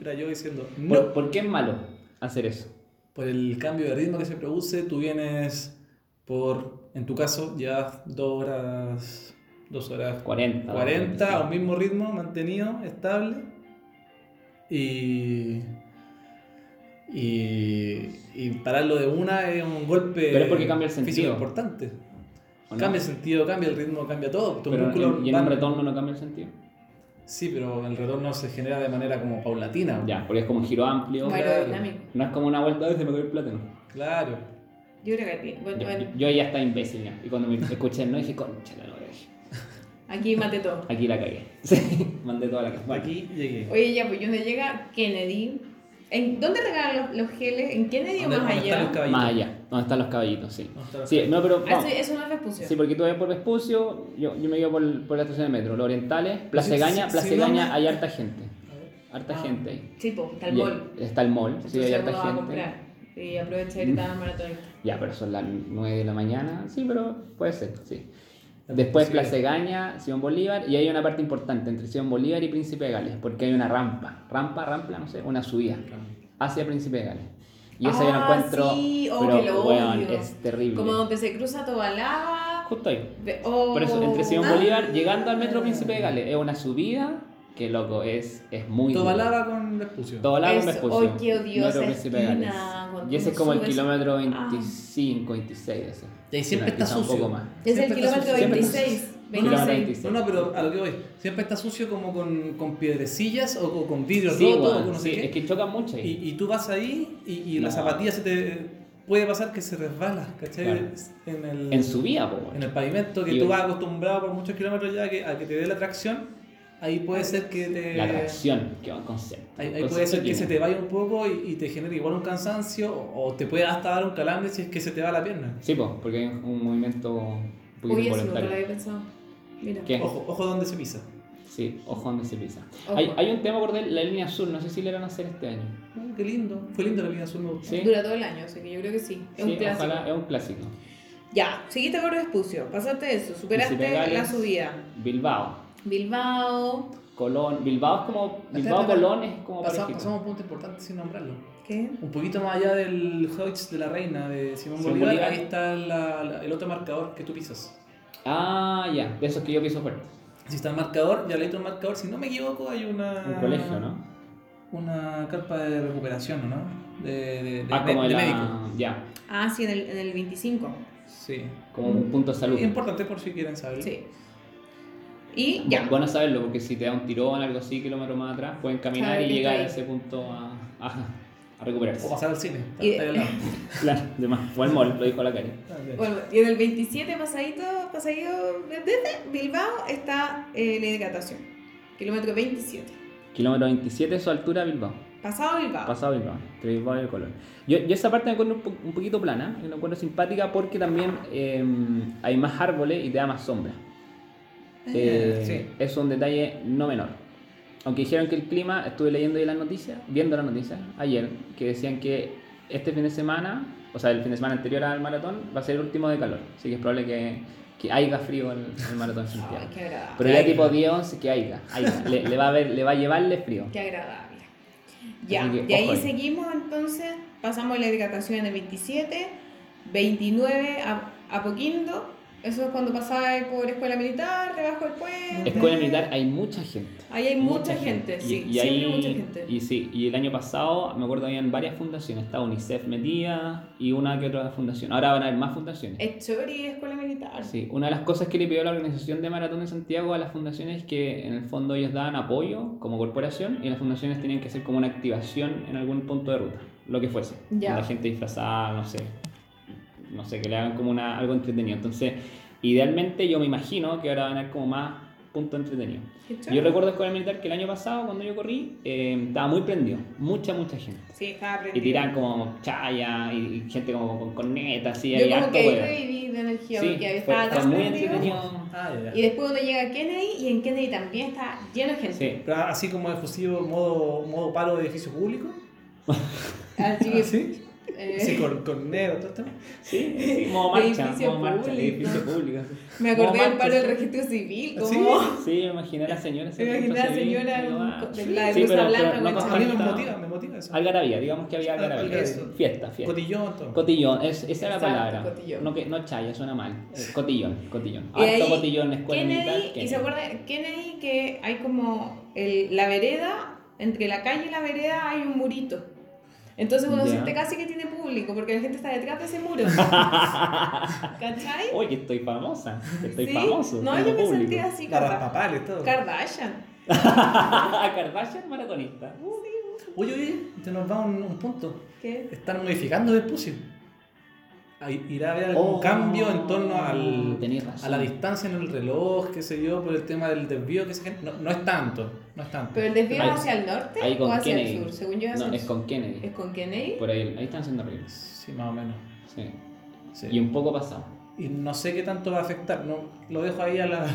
Speaker 3: Era yo diciendo,
Speaker 1: ¿Por,
Speaker 3: no.
Speaker 1: por qué es malo hacer eso?
Speaker 3: Por el cambio de ritmo que se produce, tú vienes por, en tu caso, ya dos horas, dos horas
Speaker 1: 40.
Speaker 3: 40 a un mismo ritmo mantenido, estable. Y, y, y pararlo de una es un golpe
Speaker 1: Pero es porque cambia el
Speaker 3: físico
Speaker 1: sentido.
Speaker 3: importante.
Speaker 1: ¿O no?
Speaker 3: Cambia el sentido, cambia el ritmo, cambia todo. Tus
Speaker 1: Pero
Speaker 3: músculos
Speaker 1: en- y en
Speaker 3: van-
Speaker 1: un retorno no cambia el sentido.
Speaker 3: Sí, pero el retorno se genera de manera como paulatina.
Speaker 1: Ya, porque es como un giro amplio.
Speaker 3: Bueno.
Speaker 2: Aerodinámico.
Speaker 1: No es como una vuelta de se me cayó el plátano.
Speaker 3: Claro.
Speaker 2: Yo creo que aquí, bueno,
Speaker 1: Yo,
Speaker 2: bueno,
Speaker 1: yo ya estaba imbécil ya. Y cuando me escuché el no dije, concha la lora, dije,
Speaker 2: aquí maté todo.
Speaker 1: Aquí la cagué. Sí, mandé toda la caja. Bueno,
Speaker 3: Aquí llegué.
Speaker 2: Oye, ya, pues yo no llega Kennedy. ¿En, ¿Dónde regalan los, los geles? ¿En Kennedy o
Speaker 3: ¿Dónde-
Speaker 2: más
Speaker 3: dónde están
Speaker 2: allá?
Speaker 3: los caballitos?
Speaker 1: Más allá, donde están los caballitos, sí.
Speaker 3: ¿Dónde están los
Speaker 1: Sí, no, pero
Speaker 2: Ah,
Speaker 1: vamos.
Speaker 2: sí, eso no es Vespucio.
Speaker 1: Sí, porque tú vas por Vespucio, yo, yo me iba por, por la estación de metro, los orientales, Plaza
Speaker 3: Sí, sí,
Speaker 1: Gaña,
Speaker 3: sí,
Speaker 1: Plaza
Speaker 3: sí, no
Speaker 1: Gaña
Speaker 3: me-
Speaker 1: hay harta gente, harta
Speaker 3: Ah.
Speaker 1: gente ahí.
Speaker 2: Sí, pues, está el
Speaker 1: Y-
Speaker 2: mall.
Speaker 1: Está el mall, sí, hay
Speaker 2: Entonces
Speaker 1: harta
Speaker 2: uno va a
Speaker 1: gente.
Speaker 2: comprar. Y aprovecha y grita maratón.
Speaker 1: Ya, pero son las 9 de la mañana, sí, pero puede ser, sí.
Speaker 3: También
Speaker 1: Después
Speaker 3: posible.
Speaker 1: Plaza Gaña, Simón Bolívar, y hay una parte importante entre Simón Bolívar y Príncipe de Gales, porque hay una rampa, rampa, rampa, no sé, una subida hacia Príncipe de Gales. Y esa yo la
Speaker 2: Ah,
Speaker 1: encuentro,
Speaker 2: sí, oh, que
Speaker 1: pero
Speaker 2: lo
Speaker 1: weón,
Speaker 2: odio.
Speaker 1: es terrible.
Speaker 2: Como donde se cruza Tobalaba.
Speaker 1: Justo ahí.
Speaker 2: Ve- oh,
Speaker 1: Por eso, entre Simón
Speaker 2: ah.
Speaker 1: Bolívar, llegando al Metro Príncipe de Gales, es una subida que, loco, es, es muy... dura.
Speaker 3: Tobalaba con Vespucio.
Speaker 1: Tobalaba con
Speaker 2: Eso,
Speaker 1: Vespucio.
Speaker 2: oye, qué odiosa
Speaker 1: Metro Príncipe de Gales.
Speaker 2: esquina, cuando
Speaker 1: Y ese
Speaker 2: uno
Speaker 1: es como el
Speaker 2: sube ese-
Speaker 1: kilómetro
Speaker 2: Ah.
Speaker 1: 25, 26 de ese.
Speaker 3: Y ahí siempre
Speaker 1: Una-
Speaker 3: está
Speaker 1: quizá un
Speaker 3: sucio.
Speaker 1: poco más.
Speaker 2: Es el
Speaker 3: Siempre está
Speaker 2: kilómetro
Speaker 3: sucio. Siempre está
Speaker 2: 26.
Speaker 1: Kilómetro
Speaker 2: 26.
Speaker 1: 26.
Speaker 3: No, no, pero a lo que voy. Siempre está sucio como con, con piedrecillas o, o con vidrio
Speaker 1: Sí,
Speaker 3: roto o
Speaker 1: weón,
Speaker 3: con no sé
Speaker 1: sí,
Speaker 3: qué.
Speaker 1: es que choca mucho ahí.
Speaker 3: Y, y tú vas ahí y, y la
Speaker 1: No.
Speaker 3: zapatilla se te. Puede pasar que se resbala, ¿cachai?
Speaker 1: Claro.
Speaker 3: En, el,
Speaker 1: En subida, po, weón.
Speaker 3: en el pavimento que
Speaker 1: Y-
Speaker 3: tú vas acostumbrado por muchos kilómetros ya que, a que te dé la tracción, ahí puede ser que te.
Speaker 1: La tracción, que va con concepto.
Speaker 3: Ahí, ahí
Speaker 1: Concepto
Speaker 3: puede ser que
Speaker 1: tiene.
Speaker 3: se te vaya un poco y, y te genere igual un cansancio o, o te puede hasta dar un calambre si es que se te va la pierna.
Speaker 1: Sí, po, porque hay un un movimiento un poquito
Speaker 2: Uy, eso nunca lo
Speaker 1: involuntario.
Speaker 2: había pensado. Mira.
Speaker 1: ¿Qué?
Speaker 3: Ojo, ojo donde se pisa.
Speaker 1: Sí, ojo donde se pisa.
Speaker 2: Ojo.
Speaker 1: Hay, hay un tema por la línea azul, no sé si le van a hacer este año.
Speaker 3: Uh, qué lindo. Fue linda la línea azul. me gustó.
Speaker 1: Sí.
Speaker 2: Dura todo el año, así que yo creo que sí. Es un
Speaker 1: Sí,
Speaker 2: clásico.
Speaker 1: ojalá, es un clásico.
Speaker 4: Ya, seguiste por Vespucio, pasaste eso, superaste
Speaker 1: Príncipe Gales.
Speaker 4: la subida.
Speaker 1: Bilbao.
Speaker 2: Bilbao.
Speaker 1: Colón. Bilbao es como.
Speaker 3: Espera,
Speaker 1: Bilbao
Speaker 3: espera.
Speaker 1: Colón es como
Speaker 3: Pasa-
Speaker 1: parejito.
Speaker 3: pasamos a un punto importante sin nombrarlo.
Speaker 4: ¿Qué?
Speaker 3: Un poquito más allá del Hoyts de la Reina de Simón
Speaker 1: Simón
Speaker 3: Bolívar,
Speaker 1: Bolívar.
Speaker 3: ahí está la- la- el otro marcador que tú pisas.
Speaker 1: Ah, ya. De esos que yo piso fuerte.
Speaker 3: Si está el marcador, ya leí el marcador. Si no me equivoco, hay una.
Speaker 1: Un colegio, ¿no?
Speaker 3: Una carpa de recuperación, ¿o ¿no? De, de, de-
Speaker 1: ah,
Speaker 3: de-
Speaker 1: como
Speaker 3: de
Speaker 1: la.
Speaker 3: médico.
Speaker 1: Ya.
Speaker 4: Ah, sí, en el, en el 25.
Speaker 3: Sí.
Speaker 1: Como un punto de salud.
Speaker 3: Importante por si quieren saberlo.
Speaker 4: Sí. Y
Speaker 1: Bu-
Speaker 4: ya.
Speaker 1: Bueno saberlo, porque si te da un tirón, algo así, kilómetros más atrás, pueden caminar
Speaker 2: Saber
Speaker 1: y
Speaker 2: que
Speaker 1: llegar a
Speaker 2: está
Speaker 1: ese punto a, a- a
Speaker 3: O
Speaker 1: recuperarse.
Speaker 3: pasar al cine. Está,
Speaker 4: Y-
Speaker 3: está ahí al lado.
Speaker 1: Claro, además, fue el mall, lo dijo la calle.
Speaker 3: Ah, bien.
Speaker 4: Bueno, y en el 27 pasadito, pasadito desde Bilbao está eh, la hidratación. Kilómetro 27.
Speaker 1: Kilómetro 27, su altura, Bilbao.
Speaker 4: Pasado Bilbao.
Speaker 1: Pasado Bilbao, entre Bilbao y el Colón. Yo, yo esa parte me encuentro un, po- un poquito plana, me la encuentro simpática porque también eh, hay más árboles y te da más sombra. Eh,
Speaker 3: sí.
Speaker 1: Es un detalle no menor. Aunque dijeron que el clima, estuve leyendo ahí las noticias, viendo las noticias ayer, que decían que este fin de semana, o sea, el fin de semana anterior al maratón, va a ser el último de calor. Así que es probable que, que haya frío en el, maratón de Santiago.
Speaker 4: Ay, Ah, qué agradable.
Speaker 1: Pero ya tipo 10, 11, que haya. haya. Le, le va a ver, le va a llevarle frío.
Speaker 4: Qué agradable. Ya,
Speaker 1: Así que,
Speaker 4: de ahí
Speaker 1: ojo ahí.
Speaker 4: seguimos entonces. Pasamos la hidratación en el 27, 29 a, a Poquindo. Eso es cuando pasaba por Escuela Militar, debajo del puente.
Speaker 1: Escuela militar hay mucha gente.
Speaker 4: Ahí hay mucha, gente, sí,
Speaker 1: Y, y
Speaker 4: siempre
Speaker 1: ahí-
Speaker 4: mucha gente.
Speaker 1: Y sí, y el año pasado me acuerdo habían varias fundaciones. Estaba UNICEF metida y una que otra fundación. Ahora van a haber más fundaciones.
Speaker 4: Es chori, Escuela Militar.
Speaker 1: Sí, una de las cosas que le pidió la organización de Maratón de Santiago a las fundaciones es que en el fondo ellos daban apoyo como corporación y las fundaciones tenían que hacer como una activación en algún punto de ruta, lo que fuese.
Speaker 2: Ya.
Speaker 1: La gente disfrazada, no sé. No sé, que le hagan como una, algo entretenido. Entonces, idealmente yo me imagino que ahora van a haber como más punto entretenido.
Speaker 4: Qué
Speaker 1: Yo
Speaker 4: chori.
Speaker 1: recuerdo Escuela Militar que el año pasado cuando yo corrí eh, estaba muy prendido, mucha, mucha gente.
Speaker 4: Sí, estaba
Speaker 1: Y
Speaker 4: prendido.
Speaker 1: tiran como chaya y y gente como con corneta, así,
Speaker 2: Yo
Speaker 1: hay
Speaker 2: como
Speaker 1: harto
Speaker 2: que ahí
Speaker 1: huevo.
Speaker 2: reviví de energía
Speaker 1: Sí,
Speaker 2: porque
Speaker 1: fue-
Speaker 2: estaba
Speaker 1: fue
Speaker 2: tan
Speaker 1: muy
Speaker 2: prendido.
Speaker 1: entretenido.
Speaker 3: Ah, ya, ya.
Speaker 2: Y después uno llega a Kennedy y en Kennedy también está lleno de gente.
Speaker 1: Sí,
Speaker 3: Pero así como efusivo, modo, modo paro de edificio público. ¿Ah,
Speaker 2: Así que,
Speaker 3: ¿Sí?
Speaker 2: eh,
Speaker 3: Sí, con, con negro, todo esto.
Speaker 1: Sí, sí, modo marcha,
Speaker 2: Edificio
Speaker 1: modo marcha,
Speaker 2: público.
Speaker 1: edificio público.
Speaker 2: me acordé
Speaker 1: Como
Speaker 2: del paro
Speaker 1: marcha,
Speaker 2: del
Speaker 1: sí.
Speaker 2: registro civil.
Speaker 3: ¿Sí?
Speaker 2: Como...
Speaker 1: Sí, me imaginé a la señora.
Speaker 2: Me imaginé a la
Speaker 1: sentada
Speaker 2: señora
Speaker 1: así,
Speaker 2: con-
Speaker 1: ah,
Speaker 2: con- de
Speaker 1: sí,
Speaker 2: la de
Speaker 1: sí,
Speaker 2: blusa
Speaker 1: pero-
Speaker 2: blanca
Speaker 1: pero
Speaker 2: con
Speaker 1: no
Speaker 2: el
Speaker 1: con
Speaker 3: A mí me
Speaker 1: falta-
Speaker 3: motiva, me motiva eso.
Speaker 1: Algarabía, digamos que había
Speaker 3: Al-
Speaker 1: algarabía.
Speaker 3: algarabía.
Speaker 1: Fiesta, fiesta.
Speaker 3: Cotillón, todo.
Speaker 1: Cotillón, es, esa era la
Speaker 2: Exacto,
Speaker 1: palabra.
Speaker 2: cotillón.
Speaker 1: No, que, no chaya, suena mal. Eh, Cotillón, cotillón.
Speaker 2: Y ahí,
Speaker 1: Harto cotillón, escuela militar,
Speaker 4: Kennedy, y
Speaker 1: Kennedy.
Speaker 4: se acuerda, Kennedy que hay como el- la vereda, entre la calle y la vereda hay un murito. Entonces uno
Speaker 1: Ya.
Speaker 4: siente casi que tiene público, porque la gente está detrás de ese muro. ¿Cachai?
Speaker 1: Oye, estoy famosa, estoy
Speaker 4: Sí.
Speaker 1: famoso.
Speaker 4: No,
Speaker 1: tengo
Speaker 4: yo me
Speaker 1: público.
Speaker 4: sentía así,
Speaker 3: Para
Speaker 4: Karda-
Speaker 3: papales, todo.
Speaker 4: Kardashian.
Speaker 1: Kardashian maratonista.
Speaker 3: Oye, oye, se nos va un, un punto.
Speaker 4: ¿Qué?
Speaker 3: Están modificando Vespucio. Ahí Irá a haber algún
Speaker 1: Oh,
Speaker 3: cambio en torno al,
Speaker 1: Tenés razón.
Speaker 3: a la distancia en el reloj, qué sé yo, por el tema del desvío, que se gen- no, no es tanto, no es tanto.
Speaker 2: Pero el desvío
Speaker 1: Ahí-
Speaker 2: es hacia el norte
Speaker 1: ahí con
Speaker 2: o hacia
Speaker 1: Kennedy.
Speaker 2: el sur. Según yo, es hacia
Speaker 1: No,
Speaker 2: el
Speaker 1: es
Speaker 2: sur.
Speaker 1: con Kennedy.
Speaker 2: es con Kennedy.
Speaker 1: Por ahí, ahí están haciendo arreglos.
Speaker 3: Sí, más o menos.
Speaker 1: Sí.
Speaker 3: Sí.
Speaker 1: Y un poco pasado.
Speaker 3: Y no sé qué tanto va a afectar, no, lo dejo ahí a la...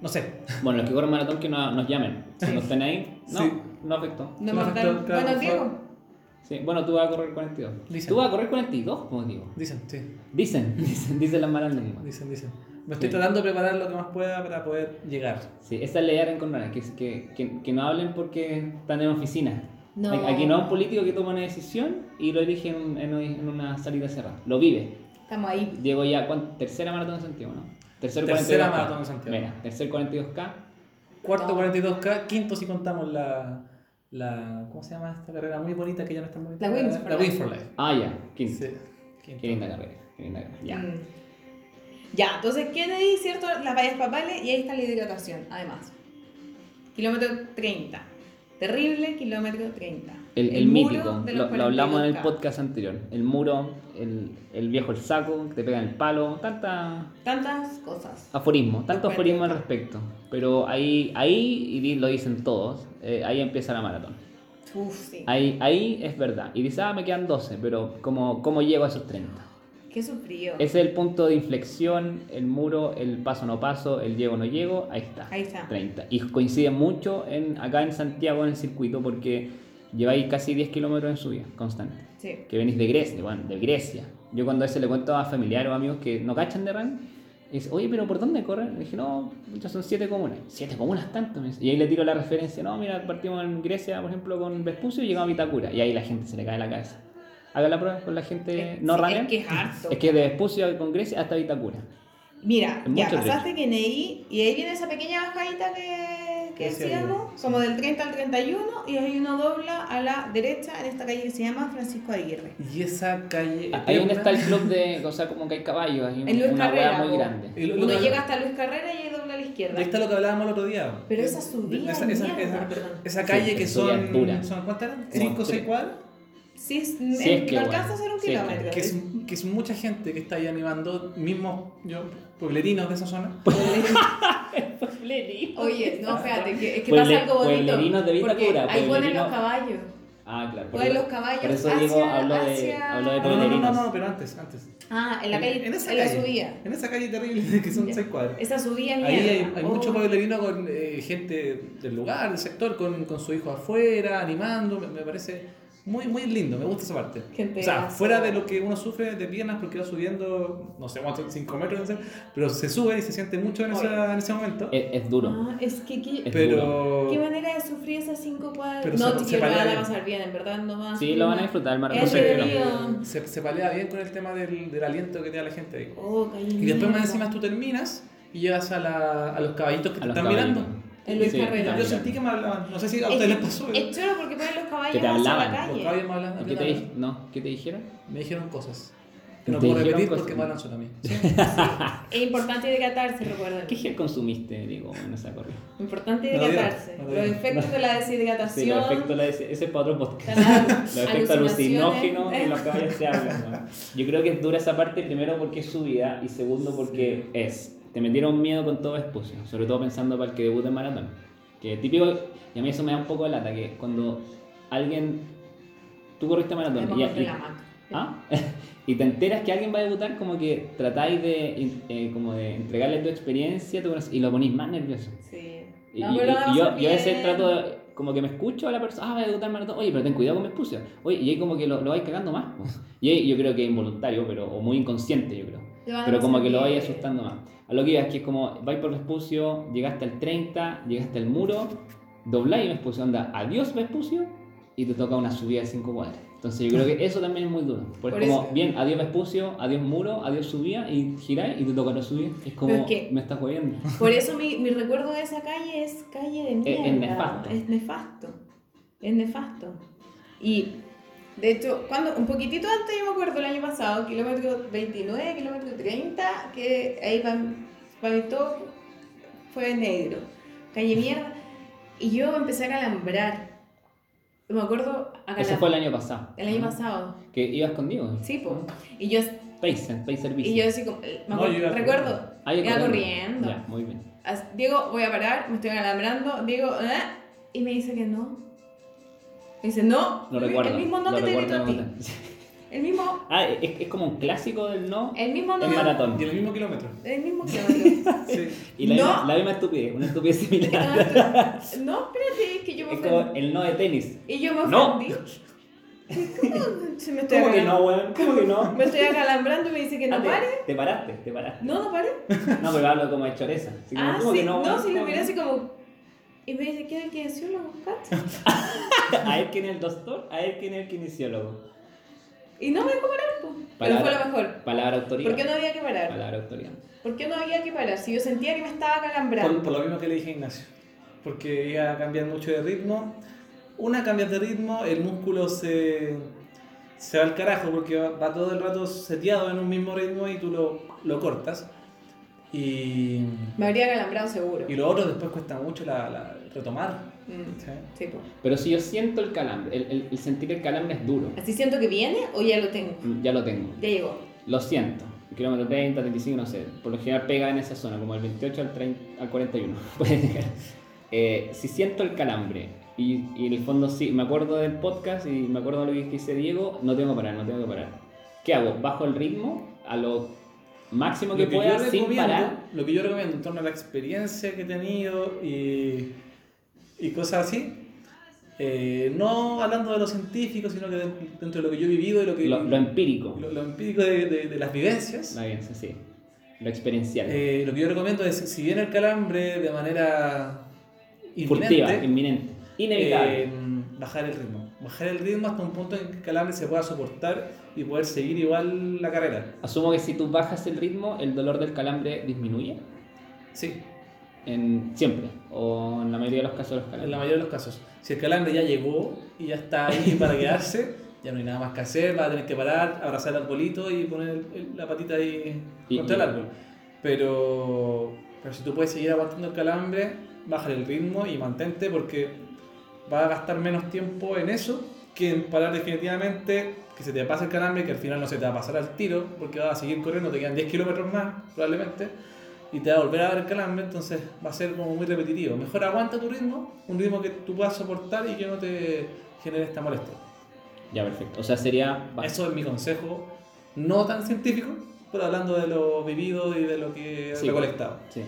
Speaker 3: No sé,
Speaker 1: Bueno, los que corren maratón que no- nos llamen. Si no estén ahí, no,
Speaker 3: Sí.
Speaker 1: no afectó.
Speaker 2: No
Speaker 3: Sí,
Speaker 2: me
Speaker 3: claro,
Speaker 2: acuerdo.
Speaker 3: claro,
Speaker 2: Bueno,
Speaker 3: fue-
Speaker 2: Diego.
Speaker 1: Sí, bueno, tú vas a correr 42.
Speaker 3: Dicen.
Speaker 1: Tú vas a correr 42, como digo.
Speaker 3: dicen, sí,
Speaker 1: Dicen, dicen, dicen las malas lenguas.
Speaker 3: dicen, dicen. Me estoy tratando de preparar lo que más pueda para poder llegar.
Speaker 1: Sí, esa es la idea de Rencontrona, que, que, que, que no hablen porque están en oficina.
Speaker 2: No.
Speaker 1: Aquí no es un político que toma una decisión y lo elige en, un- en un- en una salida cerrada. Lo vive.
Speaker 2: Estamos ahí.
Speaker 1: Diego ya, ¿cuán- tercera maratón de Santiago, ¿no? Tercer
Speaker 3: Tercera
Speaker 1: 42K.
Speaker 3: maratón de Santiago.
Speaker 1: Mira, tercer 42K.
Speaker 3: Cuarto 42K, quinto si contamos la, la... ¿Cómo se llama esta carrera muy bonita que ya no está muy
Speaker 2: La Wings for
Speaker 3: La
Speaker 2: Life.
Speaker 3: Wings for Life.
Speaker 1: Ah, ya, quinto.
Speaker 3: Sí, quinto.
Speaker 1: Qué linda carrera, qué linda carrera. Ya.
Speaker 2: Mm.
Speaker 4: Ya, entonces Kennedy, ¿cierto? Las vallas papales y ahí está la hidratación, además. Kilómetro 30. Terrible, kilómetro 30.
Speaker 1: El, el
Speaker 4: muro
Speaker 1: mítico,
Speaker 4: de los
Speaker 1: lo, lo hablamos en el
Speaker 4: 42K.
Speaker 1: podcast anterior. El muro, el, el viejo el saco, que te pega el palo, tanta
Speaker 4: Tantas cosas.
Speaker 1: aforismo, tanto
Speaker 4: Los
Speaker 1: aforismo al
Speaker 4: 42K.
Speaker 1: respecto. Pero ahí, ahí y di- lo dicen todos, eh, ahí empieza la maratón.
Speaker 2: Uf, sí.
Speaker 1: Ahí, ahí es verdad. Y dice, ah, me quedan 12, pero ¿cómo, cómo llego a esos 30?
Speaker 2: Qué sufrido.
Speaker 1: Ese es el punto de inflexión, el muro, el paso no paso, el llego no llego, ahí está.
Speaker 2: Ahí está.
Speaker 1: 30. Y coincide mucho en, acá en Santiago en el circuito porque lleváis casi 10 kilómetros en subida constante.
Speaker 2: Sí.
Speaker 1: Que venís de Grecia, bueno, de Grecia. Yo cuando a veces le cuento a familiares o amigos que no cachan de run, dice, oye, pero ¿por dónde corren? Le dije, no, muchas son 7 comunas. 7 comunas tanto. me dice. Y ahí le tiro la referencia, no, mira, partimos en Grecia, por ejemplo, con Vespucio y llegamos a Vitacura. Y ahí la gente se le cae la cabeza. Haga la prueba con la gente
Speaker 2: Es-
Speaker 1: no
Speaker 2: sí,
Speaker 1: runner.
Speaker 2: Es que es harto.
Speaker 1: Es que de Vespucio con Grecia hasta Vitacura.
Speaker 2: Mira,
Speaker 1: Es
Speaker 2: ya
Speaker 1: mucho
Speaker 2: pasaste que Neí y ahí viene esa pequeña bajadita que, que
Speaker 3: Sí, sí,
Speaker 2: decíamos, como del 30 al 31, y ahí uno dobla a la derecha en esta calle que se llama Francisco Aguirre.
Speaker 3: Y esa calle.
Speaker 1: Ahí donde está
Speaker 3: eterna-
Speaker 1: el club de, o sea, como que hay caballos, hay
Speaker 2: En Luis
Speaker 1: una
Speaker 2: Carrera,
Speaker 1: hueá muy
Speaker 2: po.
Speaker 1: grande.
Speaker 3: y lo- lo
Speaker 2: Uno
Speaker 3: que-
Speaker 2: llega hasta Luis Carrera y ahí dobla a la
Speaker 3: y
Speaker 2: izquierda.
Speaker 3: ahí está lo que hablábamos el otro día.
Speaker 2: Pero
Speaker 3: De-
Speaker 2: esa subida
Speaker 3: de-
Speaker 2: es
Speaker 3: esa,
Speaker 2: mierda,
Speaker 3: esa-
Speaker 2: perdón.
Speaker 3: esa calle
Speaker 1: Sí,
Speaker 3: que
Speaker 1: es subida
Speaker 3: son.
Speaker 1: dura.
Speaker 3: ¿Son cuántas eran?
Speaker 1: Como
Speaker 3: ¿Cinco o seis
Speaker 1: tres.
Speaker 3: cuadras?
Speaker 2: Si es,
Speaker 1: Si es que,
Speaker 2: no
Speaker 1: bueno,
Speaker 2: alcanza a ser un
Speaker 1: si es que-
Speaker 2: kilómetro.
Speaker 3: Que es, que es mucha gente que está ahí animando, mismos yo, pueblerinos de esa zona.
Speaker 2: Oye, no, espérate, que, es que
Speaker 1: Pueble-
Speaker 2: pasa algo bonito.
Speaker 1: pueblerinos de Vitacura,
Speaker 2: porque ahí ponen
Speaker 1: pueblerinos-
Speaker 2: los caballos.
Speaker 1: Ah, claro.
Speaker 2: Ponen los caballos
Speaker 1: Por eso
Speaker 2: hacia-
Speaker 1: digo, hablo de,
Speaker 2: hacia-
Speaker 1: hablo de
Speaker 2: No,
Speaker 3: No, no, no,
Speaker 1: pueblerinos.
Speaker 3: no, no, pero antes, antes.
Speaker 2: Ah, en la calle, en,
Speaker 3: esa
Speaker 2: la
Speaker 3: calle,
Speaker 2: subida.
Speaker 3: En esa calle terrible que son
Speaker 2: Ya.
Speaker 3: seis cuadras.
Speaker 2: Esa subida es
Speaker 3: Ahí hay,
Speaker 2: mierda.
Speaker 3: hay
Speaker 2: Oh.
Speaker 3: mucho pueblerino con eh, gente del lugar, del sector, con, con su hijo afuera, animando. Me, me parece muy, muy lindo, me gusta esa parte.
Speaker 2: Gente
Speaker 3: o sea,
Speaker 2: hace-
Speaker 3: fuera de lo que uno sufre de piernas porque va subiendo, no sé cuántos, 5 metros, no sé, pero se sube y se siente mucho en, esa- en ese momento.
Speaker 1: Es, es duro.
Speaker 2: Ah, es que qué-
Speaker 1: Eh, es
Speaker 3: pero.
Speaker 2: ¿Qué manera de sufrir esas cinco cuadras?
Speaker 3: Pero
Speaker 2: no,
Speaker 3: se-
Speaker 2: chiquillos,
Speaker 3: se
Speaker 2: lo van a
Speaker 3: paliaron.
Speaker 2: pasar bien, en verdad, no van a
Speaker 1: Sí,
Speaker 2: sufrir
Speaker 1: lo van a
Speaker 2: nada.
Speaker 1: disfrutar, el
Speaker 2: Ah, Es
Speaker 1: maratón.
Speaker 3: No sé, pero
Speaker 2: divertido.
Speaker 3: se, se palea bien con el tema del, del aliento que te da la gente. ahí.
Speaker 2: Oh, calle
Speaker 3: Y después más
Speaker 2: mierda.
Speaker 3: encima tú terminas y llegas a, la, a los caballitos que
Speaker 1: A
Speaker 3: te
Speaker 1: los
Speaker 3: están
Speaker 1: caballos.
Speaker 3: mirando.
Speaker 2: En Luis
Speaker 1: Sí,
Speaker 2: Carrera.
Speaker 1: están
Speaker 3: Yo
Speaker 1: mirando.
Speaker 3: sentí que me hablaban, no sé si a
Speaker 2: Es-
Speaker 3: ustedes les pasó. pero
Speaker 2: Es chulo porque ponen los caballos
Speaker 1: Que te
Speaker 2: hacia la
Speaker 1: hablaban,
Speaker 3: Los
Speaker 2: calle.
Speaker 3: caballos me hablan-
Speaker 1: ¿Y qué te,
Speaker 3: me
Speaker 1: di-
Speaker 3: hablan-
Speaker 1: no, ¿Qué te dijeron?
Speaker 3: me dijeron cosas. Que no
Speaker 1: Te
Speaker 3: puedo
Speaker 1: dijeron
Speaker 3: repetir
Speaker 1: cosas.
Speaker 3: porque me hablan solo a mí.
Speaker 2: Es importante hidratarse, recuerden.
Speaker 1: ¿Qué gel consumiste, digo, en esa corrida?
Speaker 2: Importante
Speaker 3: No lo digo,
Speaker 2: hidratarse.
Speaker 3: no lo
Speaker 2: los
Speaker 3: digo.
Speaker 2: efectos de la deshidratación.
Speaker 1: Sí, los efectos, la- ese ese es para otro podcast.
Speaker 2: Los
Speaker 1: Los efectos alucinógenos en los caballos se hablan. ¿no? Yo creo que es dura esa parte, primero porque es subida y segundo porque es. Te metieron miedo con todo Vespucio, sobre todo pensando para el que debuta en maratón. Que típico, y a mí eso me da un poco de lata, que cuando alguien. Tú corriste maratón y, y-
Speaker 2: la hamaca.
Speaker 1: ¿Ah? y te enteras que alguien va a debutar, como que tratáis de, eh, como de entregarle tu experiencia tu conoc- y lo ponís más nervioso.
Speaker 2: Sí.
Speaker 1: Y,
Speaker 2: No,
Speaker 1: y-
Speaker 2: pero lo
Speaker 1: y-
Speaker 2: van
Speaker 1: y yo,
Speaker 2: pasar
Speaker 1: yo a veces
Speaker 2: bien.
Speaker 1: trato de, como que me escucho a la persona, ah, voy a debutar maratón, oye, pero ten cuidado con mi expulsión. Oye, y ahí como que lo, lo vais cagando más. po. Y ahí yo creo que es involuntario, pero, o muy inconsciente, yo creo.
Speaker 2: Lo van a
Speaker 1: Pero como
Speaker 2: pasar
Speaker 1: que lo vais
Speaker 2: bien.
Speaker 1: asustando más. A lo que iba es que es como, vais por Vespucio, llegaste al 30, llegaste al muro, dobláis Vespucio, anda, adiós Vespucio, y te toca una subida de 5 cuadras. Entonces yo creo que eso también es muy duro. Porque
Speaker 2: Por
Speaker 1: es como,
Speaker 2: eso.
Speaker 1: bien, adiós Vespucio, adiós muro, adiós subida, y giráis y te toca otra subida. Es como,
Speaker 2: Pero es que- Ah,
Speaker 1: me estás jodiendo.
Speaker 2: Por eso mi, mi recuerdo de esa calle es calle de mierda.
Speaker 1: es nefasto.
Speaker 2: Es nefasto. Es nefasto. Y de hecho, cuando un poquitito antes, yo me acuerdo el año pasado, kilómetro 29, kilómetro 30, que ahí para, para mí todo fue negro. Calle mierda. Y yo empecé a calambrar. Me acuerdo a
Speaker 1: Ese fue el
Speaker 2: calambrar.
Speaker 1: año pasado.
Speaker 2: El año pasado.
Speaker 1: Que ibas conmigo.
Speaker 2: Sí, po. Y yo,
Speaker 1: Pacer, Pacer Bici.
Speaker 2: y yo así como. me
Speaker 3: No,
Speaker 2: acuerdo-
Speaker 3: yo iba
Speaker 2: recuerdo.
Speaker 1: Ah, yo
Speaker 2: iba
Speaker 1: corriendo.
Speaker 2: corriendo.
Speaker 1: Ya, muy bien.
Speaker 2: As- Diego, voy a parar, me estoy alambrando. Diego, ¿eh? y me dice que no. Me dice, no.
Speaker 1: Lo
Speaker 2: el-
Speaker 1: recuerdo.
Speaker 2: El mismo no
Speaker 1: lo
Speaker 2: que te grito
Speaker 1: recuerdo
Speaker 2: a ti.
Speaker 1: como tal.
Speaker 2: El mismo,
Speaker 1: Ah, es, es como un clásico del no
Speaker 2: el mismo no.
Speaker 1: en maratón.
Speaker 3: Y en el mismo kilómetro.
Speaker 2: El mismo kilómetro.
Speaker 3: Sí.
Speaker 1: Y la, misma,
Speaker 2: No.
Speaker 1: la misma estupidez, una estupidez similar.
Speaker 2: no, espérate, es que yo me
Speaker 1: es como
Speaker 2: ofendí.
Speaker 1: el no de tenis.
Speaker 2: Y yo me
Speaker 1: No.
Speaker 2: ofendí. ¿Cómo se me estoy
Speaker 1: ¿Cómo que no,
Speaker 2: acalambrando?
Speaker 1: weón? ¿Cómo que no?
Speaker 2: Me estoy acalambrando y me dice que
Speaker 1: Ah,
Speaker 2: no
Speaker 1: te,
Speaker 2: pare.
Speaker 1: te paraste, te paraste.
Speaker 2: No, no pare.
Speaker 1: No, pero hablo como de choreza. Así como,
Speaker 2: Ah,
Speaker 1: ¿cómo
Speaker 2: sí.
Speaker 1: que
Speaker 2: No,
Speaker 1: weón?
Speaker 2: si
Speaker 1: ¿Cómo
Speaker 2: lo miré
Speaker 1: que
Speaker 2: así como. Y me dice, ¿qué kinesiólogo buscaste?
Speaker 1: no? A él que en el doctor, a él que en el kinesiólogo.
Speaker 2: Y no me dejó parar, po. Pero
Speaker 1: Palabra-
Speaker 2: fue lo mejor.
Speaker 1: Palabra autoridad.
Speaker 2: ¿Por qué no había que parar?
Speaker 1: Palabra autoridad.
Speaker 2: ¿Por qué no había que parar? Si yo sentía que me estaba
Speaker 3: Por,
Speaker 2: calambrando.
Speaker 3: por lo mismo que le dije a Ignacio. Porque ella cambia mucho de ritmo. Una cambia de ritmo, el músculo se, se va al carajo porque va, va todo el rato seteado en un mismo ritmo y tú lo, lo cortas. Y,
Speaker 2: Me habría calambrado seguro.
Speaker 3: y lo otro después cuesta mucho la, la- retomar.
Speaker 2: Mm,
Speaker 3: ¿sí?
Speaker 2: sí, po.
Speaker 1: Pero si yo siento el calambre, el, el- el sentir el calambre es duro.
Speaker 2: ¿Así siento que viene o ya lo tengo?
Speaker 1: Mm, Ya lo tengo.
Speaker 2: Ya llegó.
Speaker 1: lo siento, kilómetro 30, 35, no sé, por lo general pega en esa zona, como el 28 al, 30 al 41. puede llegar. Eh, si siento el calambre, y, y en el fondo sí, me acuerdo del podcast y me acuerdo de lo que dice Diego, no tengo que parar, no tengo que parar. ¿Qué hago? Bajo el ritmo a lo máximo que,
Speaker 3: Lo que yo
Speaker 1: pueda sin
Speaker 3: recomiendo-
Speaker 1: parar.
Speaker 3: Lo que yo recomiendo en torno a la experiencia que he tenido y, y cosas así, eh, no hablando de lo científico, sino que de- dentro de lo que yo he vivido y lo que
Speaker 1: Lo, em- lo empírico.
Speaker 3: lo- lo empírico de, de- de las vivencias,
Speaker 1: La evidencia, sí. Lo experiencial.
Speaker 3: eh, lo que yo recomiendo es, si viene el calambre de manera
Speaker 1: Furtiva,
Speaker 3: inminente,
Speaker 1: inminente. Inevitable.
Speaker 3: eh, bajar el ritmo. Bajar el ritmo hasta un punto en que el calambre se pueda soportar y poder seguir igual la carrera.
Speaker 1: Asumo que si tú bajas el ritmo, el dolor del calambre disminuye.
Speaker 3: Sí,
Speaker 1: En, siempre. O en la mayoría de los casos de los
Speaker 3: En la
Speaker 1: calambres.
Speaker 3: mayoría de los casos. Si el calambre ya llegó y ya está ahí para quedarse, ya no hay nada más que hacer, va a tener que parar, abrazar el arbolito y poner el- el- la patita ahí
Speaker 1: Y-
Speaker 3: contra
Speaker 1: y-
Speaker 3: el árbol. Pero, pero si tú puedes seguir aguantando el calambre, baja el ritmo y mantente porque va a gastar menos tiempo en eso que en parar definitivamente, que se te pase el calambre, que al final no se te va a pasar al tiro, porque vas a seguir corriendo, te quedan 10 kilómetros más probablemente, y te va a volver a dar el calambre, entonces va a ser como muy repetitivo. Mejor aguanta tu ritmo, un ritmo que tú puedas soportar y que no te genere esta molestia.
Speaker 1: Ya, perfecto. O sea, sería. baj-
Speaker 3: Eso es mi consejo, no tan científico, pero hablando de lo vivido y de lo que he
Speaker 1: Sí.
Speaker 3: recolectado.
Speaker 1: Sí.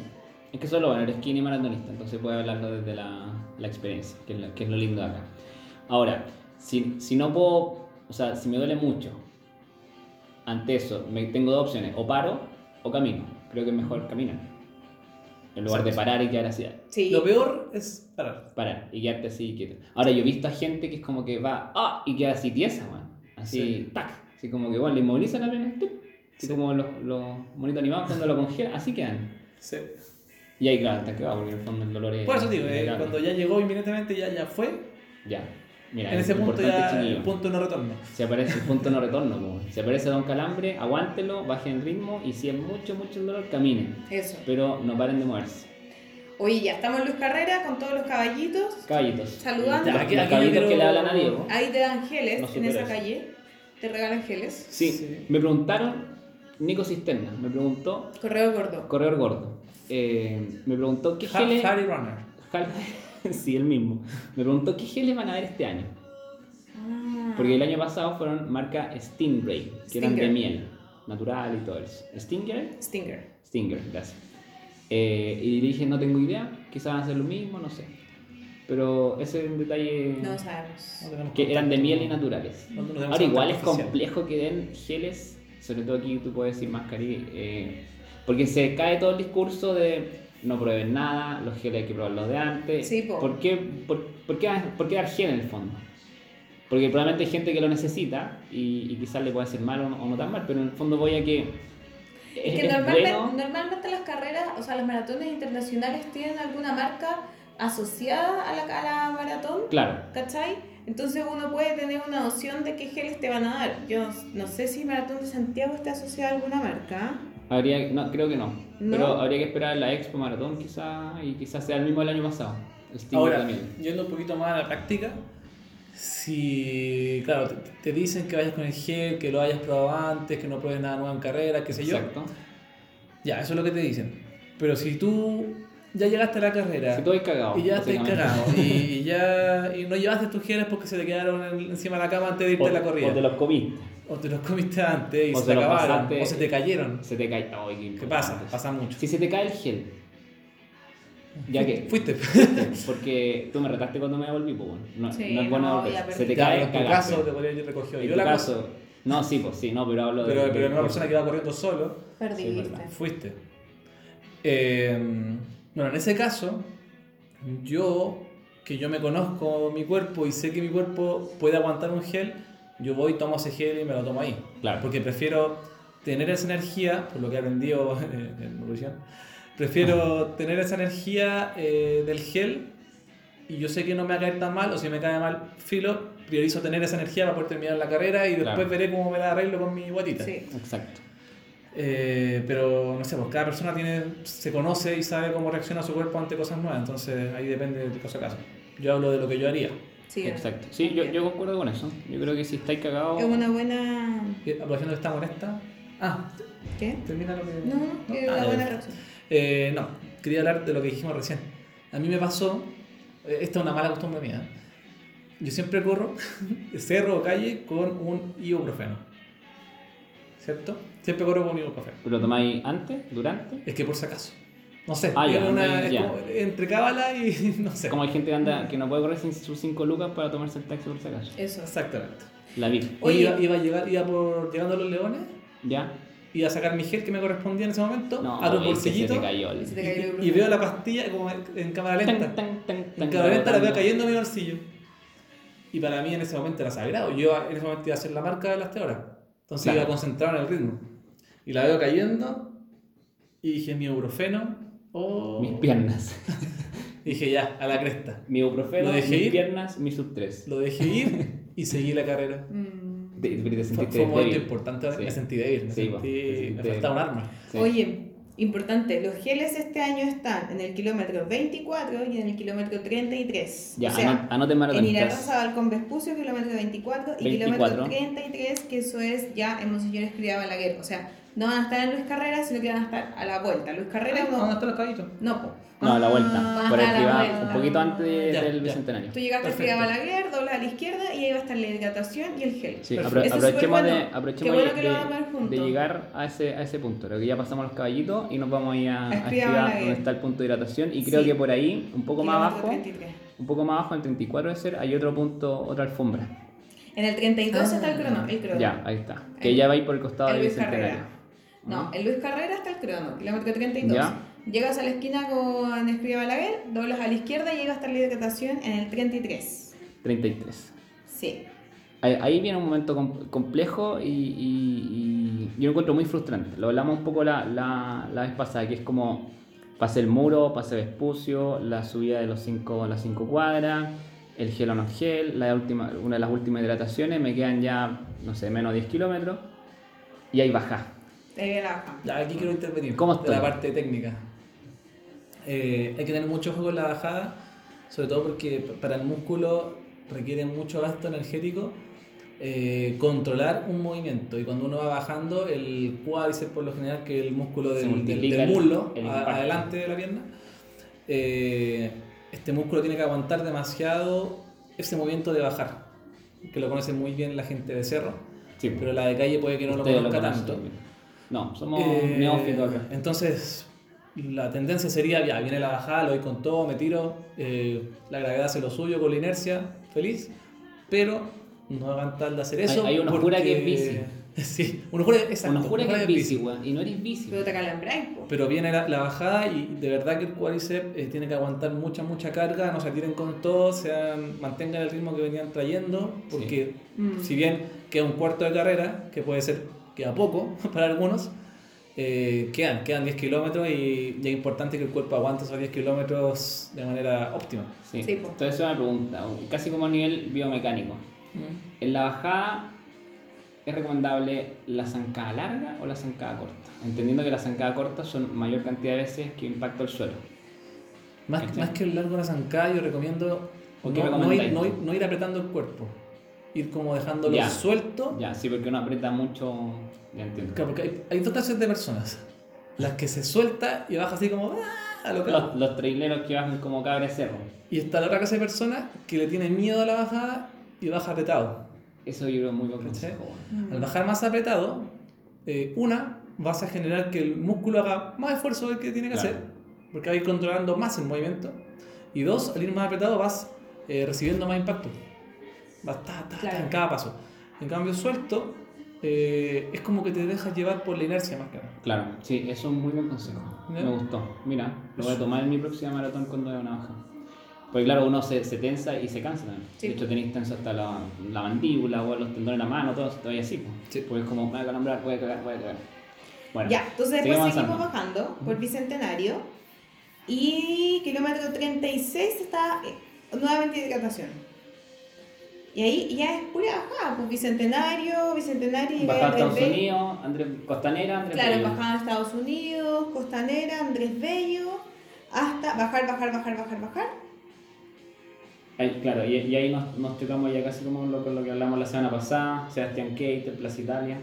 Speaker 1: Es que solo, bueno, eres skinny maratonista, entonces puedes hablarlo desde la, la experiencia, que es lo, que es lo lindo de acá. Ahora, si, si no puedo, o sea, si me duele mucho, ante eso, me, tengo dos opciones, o paro o camino. Creo que es mejor caminar. En lugar de
Speaker 3: Exacto.
Speaker 1: parar y quedar así,
Speaker 2: Sí.
Speaker 3: Lo peor es parar.
Speaker 1: parar y quedarte así quieto. Ahora, yo he visto a gente que es como que va, ah, y queda así tiesa, man. Así,
Speaker 3: Sí.
Speaker 1: tac. Así como que, bueno, le inmovilizan la pierna, tic. Así como los, los monitos animados cuando lo congelan, así quedan.
Speaker 3: Sí.
Speaker 1: Eh, Y ahí, claro, te quedado porque en el fondo el dolor es.
Speaker 3: Por eso digo,
Speaker 1: es
Speaker 3: eh,
Speaker 1: grande.
Speaker 3: cuando ya llegó inmediatamente ya, ya fue,
Speaker 1: Ya. Mira,
Speaker 3: en ese punto
Speaker 1: importante,
Speaker 3: ya
Speaker 1: chiquillo.
Speaker 3: el punto no retorno.
Speaker 1: Si aparece el punto no retorno, po. si aparece Don Calambre, aguántelo, bajen el ritmo y si es mucho, mucho el dolor, caminen.
Speaker 2: Eso.
Speaker 1: Pero no paren de moverse.
Speaker 2: Oye, ya estamos en Luz Carrera con todos los caballitos.
Speaker 1: Caballitos.
Speaker 2: Saludando.
Speaker 1: Los,
Speaker 3: Aquí-
Speaker 1: los
Speaker 3: aquí
Speaker 1: caballitos
Speaker 3: quiero-
Speaker 1: que le hablan a Diego.
Speaker 2: Ahí te dan geles
Speaker 1: No
Speaker 2: en
Speaker 1: supera
Speaker 2: esa
Speaker 1: eso.
Speaker 2: calle. Te regalan geles.
Speaker 1: Sí,
Speaker 3: Sí.
Speaker 1: me preguntaron, Nico Cisterna, me preguntó,
Speaker 2: Correo gordo.
Speaker 1: corredor gordo, eh, me preguntó qué
Speaker 3: Ha-
Speaker 1: geles.
Speaker 3: Harry Runner.
Speaker 1: Hal- sí, el mismo. Me preguntó qué geles van a ver este año.
Speaker 2: Ah.
Speaker 1: Porque el año pasado fueron marca Stingray, que eran de
Speaker 2: Stinger.
Speaker 1: miel, natural y todo eso. ¿Stinger?
Speaker 2: Stinger.
Speaker 1: Stinger, gracias. Eh, y dije, no tengo idea, quizás van a hacer lo mismo, no sé. Pero ese es un detalle
Speaker 2: No sabemos.
Speaker 3: No tenemos
Speaker 1: que eran de
Speaker 3: contacto.
Speaker 1: miel y naturales.
Speaker 3: No- no tenemos
Speaker 1: Ahora igual es
Speaker 3: contacto oficial.
Speaker 1: complejo que den geles, sobre todo aquí tú puedes decir mascarilla, eh, porque se cae todo el discurso de no prueben nada, los geles hay que probarlos de antes.
Speaker 2: Sí, po.
Speaker 1: ¿Por, qué, por, por qué, por qué dar gel en el fondo? Porque probablemente hay gente que lo necesita y, y quizás le puede hacer mal o no, o no tan mal, pero en el fondo voy a que...
Speaker 2: Es
Speaker 1: Es,
Speaker 2: que
Speaker 1: es
Speaker 2: normalmente,
Speaker 1: bueno-
Speaker 2: normalmente las carreras, o sea, los maratones internacionales tienen alguna marca asociada a la, a la maratón,
Speaker 1: Claro,
Speaker 2: ¿cachai? Entonces uno puede tener una noción de qué geles te van a dar. Yo no sé si Maratón de Santiago está asociada a alguna marca.
Speaker 1: habría, no, creo que no.
Speaker 2: No.
Speaker 1: Pero habría que esperar la Expo Maratón quizás y quizás sea el mismo del año pasado. Stinger
Speaker 3: Ahora,
Speaker 1: también.
Speaker 3: yendo un poquito más a la práctica, si, claro, te, te dicen que vayas con el gel, que lo hayas probado antes, que no pruebes nada nuevo en carrera, qué sé yo.
Speaker 1: Exacto.
Speaker 3: Ya, eso es lo que te dicen. Pero si tú ya llegaste a la carrera
Speaker 1: Si tú has cagado.
Speaker 3: y ya estás
Speaker 1: básicamente.
Speaker 3: cagado y, y ya y no llevaste tus geles porque se te quedaron en- encima de la cama antes de irte
Speaker 1: O-
Speaker 3: a la corrida.
Speaker 1: O te los comiste.
Speaker 3: O te los comiste antes y
Speaker 1: O
Speaker 3: se
Speaker 1: te
Speaker 3: te
Speaker 1: los
Speaker 3: acabaron.
Speaker 1: pasaste.
Speaker 3: O se te cayeron.
Speaker 1: Se te cae. Ay, qué
Speaker 3: ¿Qué
Speaker 1: importante
Speaker 3: pasa?
Speaker 1: eso.
Speaker 3: Pasa mucho.
Speaker 1: Si se te cae el gel. Ya que.
Speaker 3: Fuiste.
Speaker 1: Porque tú me retaste cuando me devolví, pues bueno. No,
Speaker 2: Sí,
Speaker 1: no es bueno
Speaker 2: no,
Speaker 1: devolverse.
Speaker 2: ya, pero-
Speaker 1: Se te
Speaker 3: Ya,
Speaker 1: cae
Speaker 3: pero en tu
Speaker 1: cagaste.
Speaker 3: caso te podría haber recogido.
Speaker 1: En
Speaker 3: Yo
Speaker 1: tu
Speaker 3: la cosa-
Speaker 1: caso. No, sí, pues sí, no, pero hablo de.
Speaker 3: Pero, pero en
Speaker 1: de-
Speaker 3: una persona que va corriendo solo,
Speaker 1: Sí,
Speaker 2: Perdiste.
Speaker 1: verdad.
Speaker 3: fuiste. Eh, bueno, en ese caso, yo, que yo me conozco mi cuerpo y sé que mi cuerpo puede aguantar un gel, yo voy, tomo ese gel y me lo tomo ahí.
Speaker 1: Claro.
Speaker 3: Porque prefiero tener esa energía, por lo que he aprendido en en nutrición, prefiero tener esa energía eh, del gel y yo sé que no me va a caer tan mal, o si me cae mal, filo, priorizo tener esa energía para poder terminar la carrera y después
Speaker 1: Claro.
Speaker 3: veré cómo me la arreglo con mi guatita.
Speaker 2: Sí.
Speaker 1: Exacto.
Speaker 3: Eh, pero no sé, pues cada persona tiene, se conoce y sabe cómo reacciona su cuerpo ante cosas nuevas, entonces ahí depende de caso a caso. Yo hablo de lo que yo haría.
Speaker 2: Sí,
Speaker 1: Exacto. Sí, yo, yo concuerdo con eso. Yo creo que si estáis cagados.
Speaker 2: Es una buena...
Speaker 3: Eh, Aprovechando que estamos en esta. Ah,
Speaker 2: ¿Qué?
Speaker 3: termina lo que.
Speaker 2: No, no, que es
Speaker 3: Ah,
Speaker 2: una
Speaker 3: ya,
Speaker 2: buena
Speaker 3: ya.
Speaker 2: reacción.
Speaker 3: Eh, no, quería hablar de lo que dijimos recién. A mí me pasó, eh, esta es una mala costumbre mía. ¿eh? Yo siempre corro cerro o calle con un ibuprofeno. ¿cierto? Siempre corro con un café.
Speaker 1: ¿Lo tomáis antes? ¿Durante?
Speaker 3: Es que por si acaso. No sé,
Speaker 1: Ah, ya,
Speaker 3: es una-
Speaker 1: ya.
Speaker 3: es como entre cábala y no sé.
Speaker 1: Como hay gente que, anda, que no puede correr sin sus 5 lucas para tomarse el taxi por si acaso.
Speaker 2: Eso.
Speaker 3: Exactamente.
Speaker 1: La vi,
Speaker 3: Oye, iba, iba a llegar, iba por llegando a los leones,
Speaker 1: ¿ya?
Speaker 3: iba a sacar mi gel que me correspondía en ese momento, a los
Speaker 1: es que se
Speaker 3: bolsillitos,
Speaker 1: te cayó. el-
Speaker 2: Se
Speaker 3: y,
Speaker 2: te cayó el
Speaker 3: y veo la pastilla como en cámara
Speaker 1: Tan,
Speaker 3: lenta.
Speaker 1: tan, tan,
Speaker 3: En
Speaker 1: tan,
Speaker 3: cámara lenta la veo
Speaker 1: tan.
Speaker 3: cayendo en mi bolsillo. Y para mí en ese momento era sagrado. Yo en ese momento iba a hacer la marca de las teoras. Entonces
Speaker 1: Claro.
Speaker 3: iba concentrado en el ritmo. Y la veo cayendo y dije, mi ibuprofeno. Oh.
Speaker 1: Mis piernas.
Speaker 3: Dije, ya, a la cresta.
Speaker 1: Mi ibuprofeno,
Speaker 3: ¿Lo
Speaker 1: mis
Speaker 3: dejé ir?
Speaker 1: piernas, mi sub 3.
Speaker 3: Lo dejé ir y seguí la carrera.
Speaker 2: Mm.
Speaker 1: Te, te- te
Speaker 3: Fue,
Speaker 1: sentiste
Speaker 3: fue un momento
Speaker 1: débil.
Speaker 3: importante,
Speaker 1: Sí.
Speaker 3: me sentí débil, me
Speaker 1: Sí, po, te
Speaker 3: sentí, me
Speaker 1: sentiste-
Speaker 3: faltaba un arma.
Speaker 1: Sí.
Speaker 2: Oye, importante, los geles este año están en el kilómetro 24 y en el kilómetro 33.
Speaker 1: Ya,
Speaker 2: o sea,
Speaker 1: anot- anoten
Speaker 2: en
Speaker 1: maratonistas.
Speaker 2: Irarrázaval con Vespucio, kilómetro 24 y
Speaker 1: 24.
Speaker 2: kilómetro 33, que eso es ya en Monseñores Criado Balaguer. O sea, no van a estar en Luis Carrera, sino que van a estar a la vuelta. Luis Carrera no.
Speaker 3: están los caballitos?
Speaker 2: No, po.
Speaker 1: No, a la
Speaker 2: Ah,
Speaker 1: vuelta. Por el
Speaker 2: a la
Speaker 1: privado,
Speaker 2: vuelta.
Speaker 1: un poquito antes de-
Speaker 3: Ya,
Speaker 1: del
Speaker 3: ya.
Speaker 1: bicentenario.
Speaker 2: Tú llegaste a
Speaker 3: Perfecto.
Speaker 2: Criado Balaguer, doblas a la izquierda y ahí va a estar la hidratación y el gel.
Speaker 1: Sí,
Speaker 3: Perfecto.
Speaker 1: apro-
Speaker 2: Eso es
Speaker 1: aprovechemos, de,
Speaker 2: superbueno.
Speaker 1: aprovechemos
Speaker 2: Qué bueno
Speaker 1: de-
Speaker 2: que lo van a ver juntos.
Speaker 1: de llegar a ese, a ese punto. Creo que ya pasamos los caballitos y nos vamos a ir a, a
Speaker 2: Escriba
Speaker 1: Escriba,
Speaker 2: Balaguer.
Speaker 1: donde está el punto de hidratación. Y creo
Speaker 2: Sí.
Speaker 1: que por ahí, un poco más
Speaker 2: Kilómetro
Speaker 1: abajo,
Speaker 2: 33.
Speaker 1: un poco más abajo, en 34 de ser, hay otro punto, otra alfombra.
Speaker 2: En el 32
Speaker 3: Ah.
Speaker 2: está el crono. El crono.
Speaker 1: Ya, ahí está. Que
Speaker 2: Ahí.
Speaker 1: ya va a ir por el costado
Speaker 2: El
Speaker 1: del
Speaker 2: Luis
Speaker 1: bicentenario.
Speaker 2: Carrera. No, el Luis Carrera hasta el crono, kilómetro 32.
Speaker 1: Ya.
Speaker 2: Llegas a la esquina con Escriba Balaguer, doblas a la izquierda y llegas hasta la hidratación en el 33.
Speaker 1: 33.
Speaker 2: Sí.
Speaker 1: Ahí- Ahí viene un momento com- complejo y, y- y yo lo encuentro muy frustrante. Lo hablamos un poco la, la- la vez pasada, que es como pase el muro, pase Vespucio, la subida de los cinco, las cinco cuadras, el gel o no gel, la última, una de las últimas hidrataciones, me quedan ya, no sé, menos 10 kilómetros y ahí baja.
Speaker 2: Ahí viene la baja.
Speaker 3: Ya, aquí quiero intervenir.
Speaker 1: ¿Cómo
Speaker 3: De la
Speaker 1: estoy?
Speaker 3: parte técnica. Eh, hay que tener mucho ojo con la bajada, sobre todo porque p- para el músculo requiere mucho gasto energético eh, controlar un movimiento. Y cuando uno va bajando, el cuádriceps, por lo general, que es el músculo
Speaker 1: Se
Speaker 3: del, del,
Speaker 1: multiplica
Speaker 3: del
Speaker 1: el-
Speaker 3: muslo,
Speaker 1: el
Speaker 3: a-
Speaker 1: impacto.
Speaker 3: adelante de la pierna, eh, este músculo tiene que aguantar demasiado ese movimiento de bajar, que lo conoce muy bien la gente de cerro,
Speaker 1: Sí,
Speaker 3: pero la de calle puede que no lo
Speaker 1: ustedes lo
Speaker 3: conozca
Speaker 1: conocen
Speaker 3: tanto.
Speaker 1: también. No, somos
Speaker 3: Eh,
Speaker 1: neófitos acá.
Speaker 3: Entonces, la tendencia sería, ya, viene la bajada, lo doy con todo, me tiro, eh, la gravedad hace lo suyo con la inercia, feliz, pero no hagan tal de hacer eso.
Speaker 1: Hay- hay uno jura que es
Speaker 3: bici. sí, uno jura, exacto,
Speaker 1: Uno jura que es bici, weón, y no eres bici.
Speaker 2: Pero te calambráis, po.
Speaker 3: Pero viene la, la bajada y de verdad que el cuádriceps eh, tiene que aguantar mucha, mucha carga, no se tiren con todo, sean, mantengan el ritmo que venían trayendo, porque
Speaker 2: Mm.
Speaker 3: si bien queda un cuarto de carrera, que puede ser queda poco para algunos, eh, quedan, quedan 10 kilómetros y, y es importante que el cuerpo aguante esos 10 kilómetros de manera óptima.
Speaker 1: Sí.
Speaker 2: Sí, po.
Speaker 1: Entonces es una pregunta, casi como a nivel biomecánico. En la bajada es recomendable la zancada larga o la zancada corta, entendiendo que la zancada corta son mayor cantidad de veces que impacto el suelo.
Speaker 3: Más,
Speaker 1: ¿Cachai?
Speaker 3: más que el largo de la zancada, yo recomiendo
Speaker 1: ¿O
Speaker 3: no,
Speaker 1: qué
Speaker 3: no ir,
Speaker 1: recomendáis?
Speaker 3: no ir- no ir apretando el cuerpo, ir como dejándolo
Speaker 1: Ya.
Speaker 3: suelto.
Speaker 1: Ya, sí, porque uno aprieta mucho, ya entiendo.
Speaker 3: Claro, porque hay, hay dos clases de personas. Las que se suelta y baja así como "Ah", a lo
Speaker 1: Los,
Speaker 3: claro.
Speaker 1: los traileros que bajan como cabra de cerro.
Speaker 3: Y está la otra clase de personas que le tiene miedo a la bajada y baja apretado.
Speaker 1: Eso yo creo es muy buen
Speaker 3: ¿Cachai?
Speaker 1: consejo, bueno.
Speaker 2: Mm.
Speaker 3: Al bajar más apretado, eh, una, vas a generar que el músculo haga más esfuerzo del que tiene que
Speaker 1: Claro.
Speaker 3: hacer, porque va a ir controlando más el movimiento. Y dos, al ir más apretado vas eh, recibiendo más impacto. Vas ta, ta, ta,
Speaker 2: Claro.
Speaker 3: en cada paso. En cambio, suelto eh, es como que te dejas llevar por la inercia más que nada.
Speaker 1: Claro, sí, eso es un muy buen consejo.
Speaker 3: Ya.
Speaker 1: Me gustó. Mira, lo voy a tomar en mi próxima maratón cuando haya una baja. Porque claro, uno se, se tensa y se cansa también.
Speaker 2: Sí.
Speaker 1: De hecho, tenéis tenso hasta la, la mandíbula o los tendones de la mano, todo, todavía así. pues.
Speaker 3: Sí.
Speaker 1: Porque es como, me voy a calambrar, voy a cagar, voy a cagar. Bueno,
Speaker 2: Ya, entonces
Speaker 1: seguimos
Speaker 2: después seguimos
Speaker 1: avanzando.
Speaker 2: bajando por Bicentenario y kilómetro 36 está eh, nuevamente hidratación. Y ahí ya es pura bajada, pues Bicentenario, Bicentenario y
Speaker 1: Bajada a Estados Unidos, Andrés Costanera, Andrés
Speaker 2: Claro,
Speaker 1: Bello.
Speaker 2: bajada a Estados Unidos, Costanera, Andrés Bello, hasta bajar, bajar, bajar, bajar, bajar.
Speaker 1: Ahí, claro, y, y ahí nos, nos chocamos ya casi como lo, con lo que hablamos la semana pasada, Sebastián Keitel, Plaza Italia.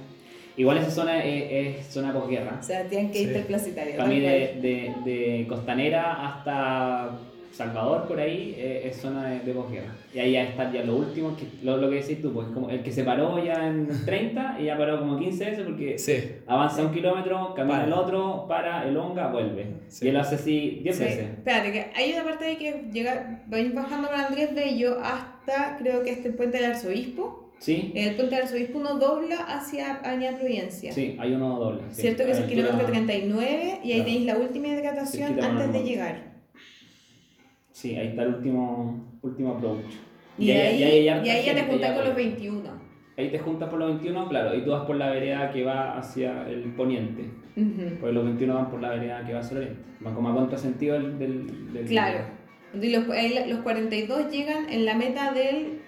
Speaker 1: Igual esa zona es, es zona posguerra.
Speaker 2: Sebastián que
Speaker 3: Sí.
Speaker 2: irte al Placitario.
Speaker 1: Para mí de, de- de Costanera hasta Salvador por ahí eh, es zona de, de posguerra. Y ahí ya está ya lo último, que, lo, lo que decís tú, pues como el que se paró ya en 30 y ya paró como 15 veces porque
Speaker 3: Sí.
Speaker 1: avanza un kilómetro, camina
Speaker 3: Para.
Speaker 1: el otro, para, el honga, vuelve.
Speaker 3: Sí.
Speaker 1: Y él lo hace así 10
Speaker 4: Sí.
Speaker 1: veces.
Speaker 2: Espérate, que hay una parte de que llega, vais bajando por Andrés Bello hasta, creo que este puente del Arzobispo.
Speaker 1: ¿Sí?
Speaker 2: En el puente del Arzobispo uno dobla hacia Avenida Providencia.
Speaker 1: Sí, hay uno doble. sí.
Speaker 2: ¿Cierto? Que es el
Speaker 1: Aventura-
Speaker 2: kilómetro 39 y ahí
Speaker 1: Claro.
Speaker 2: tenéis la última hidratación
Speaker 1: Cerquita,
Speaker 2: antes de
Speaker 1: bueno.
Speaker 2: llegar.
Speaker 1: Sí, ahí está el último, último approach.
Speaker 2: Y, ahí,
Speaker 1: hay
Speaker 2: y
Speaker 1: harta
Speaker 2: ahí ya te
Speaker 1: gente,
Speaker 2: juntas
Speaker 1: ya
Speaker 2: con los
Speaker 1: vuelve.
Speaker 2: 21.
Speaker 1: Ahí te juntas por los 21, claro, y tú vas por la vereda que va hacia el poniente.
Speaker 2: Ujú.
Speaker 1: Porque los 21 van por la vereda que va hacia el oriente. Van como a contrasentido del. del, del-
Speaker 2: Claro. Y los, ahí la- los 42 llegan en la meta de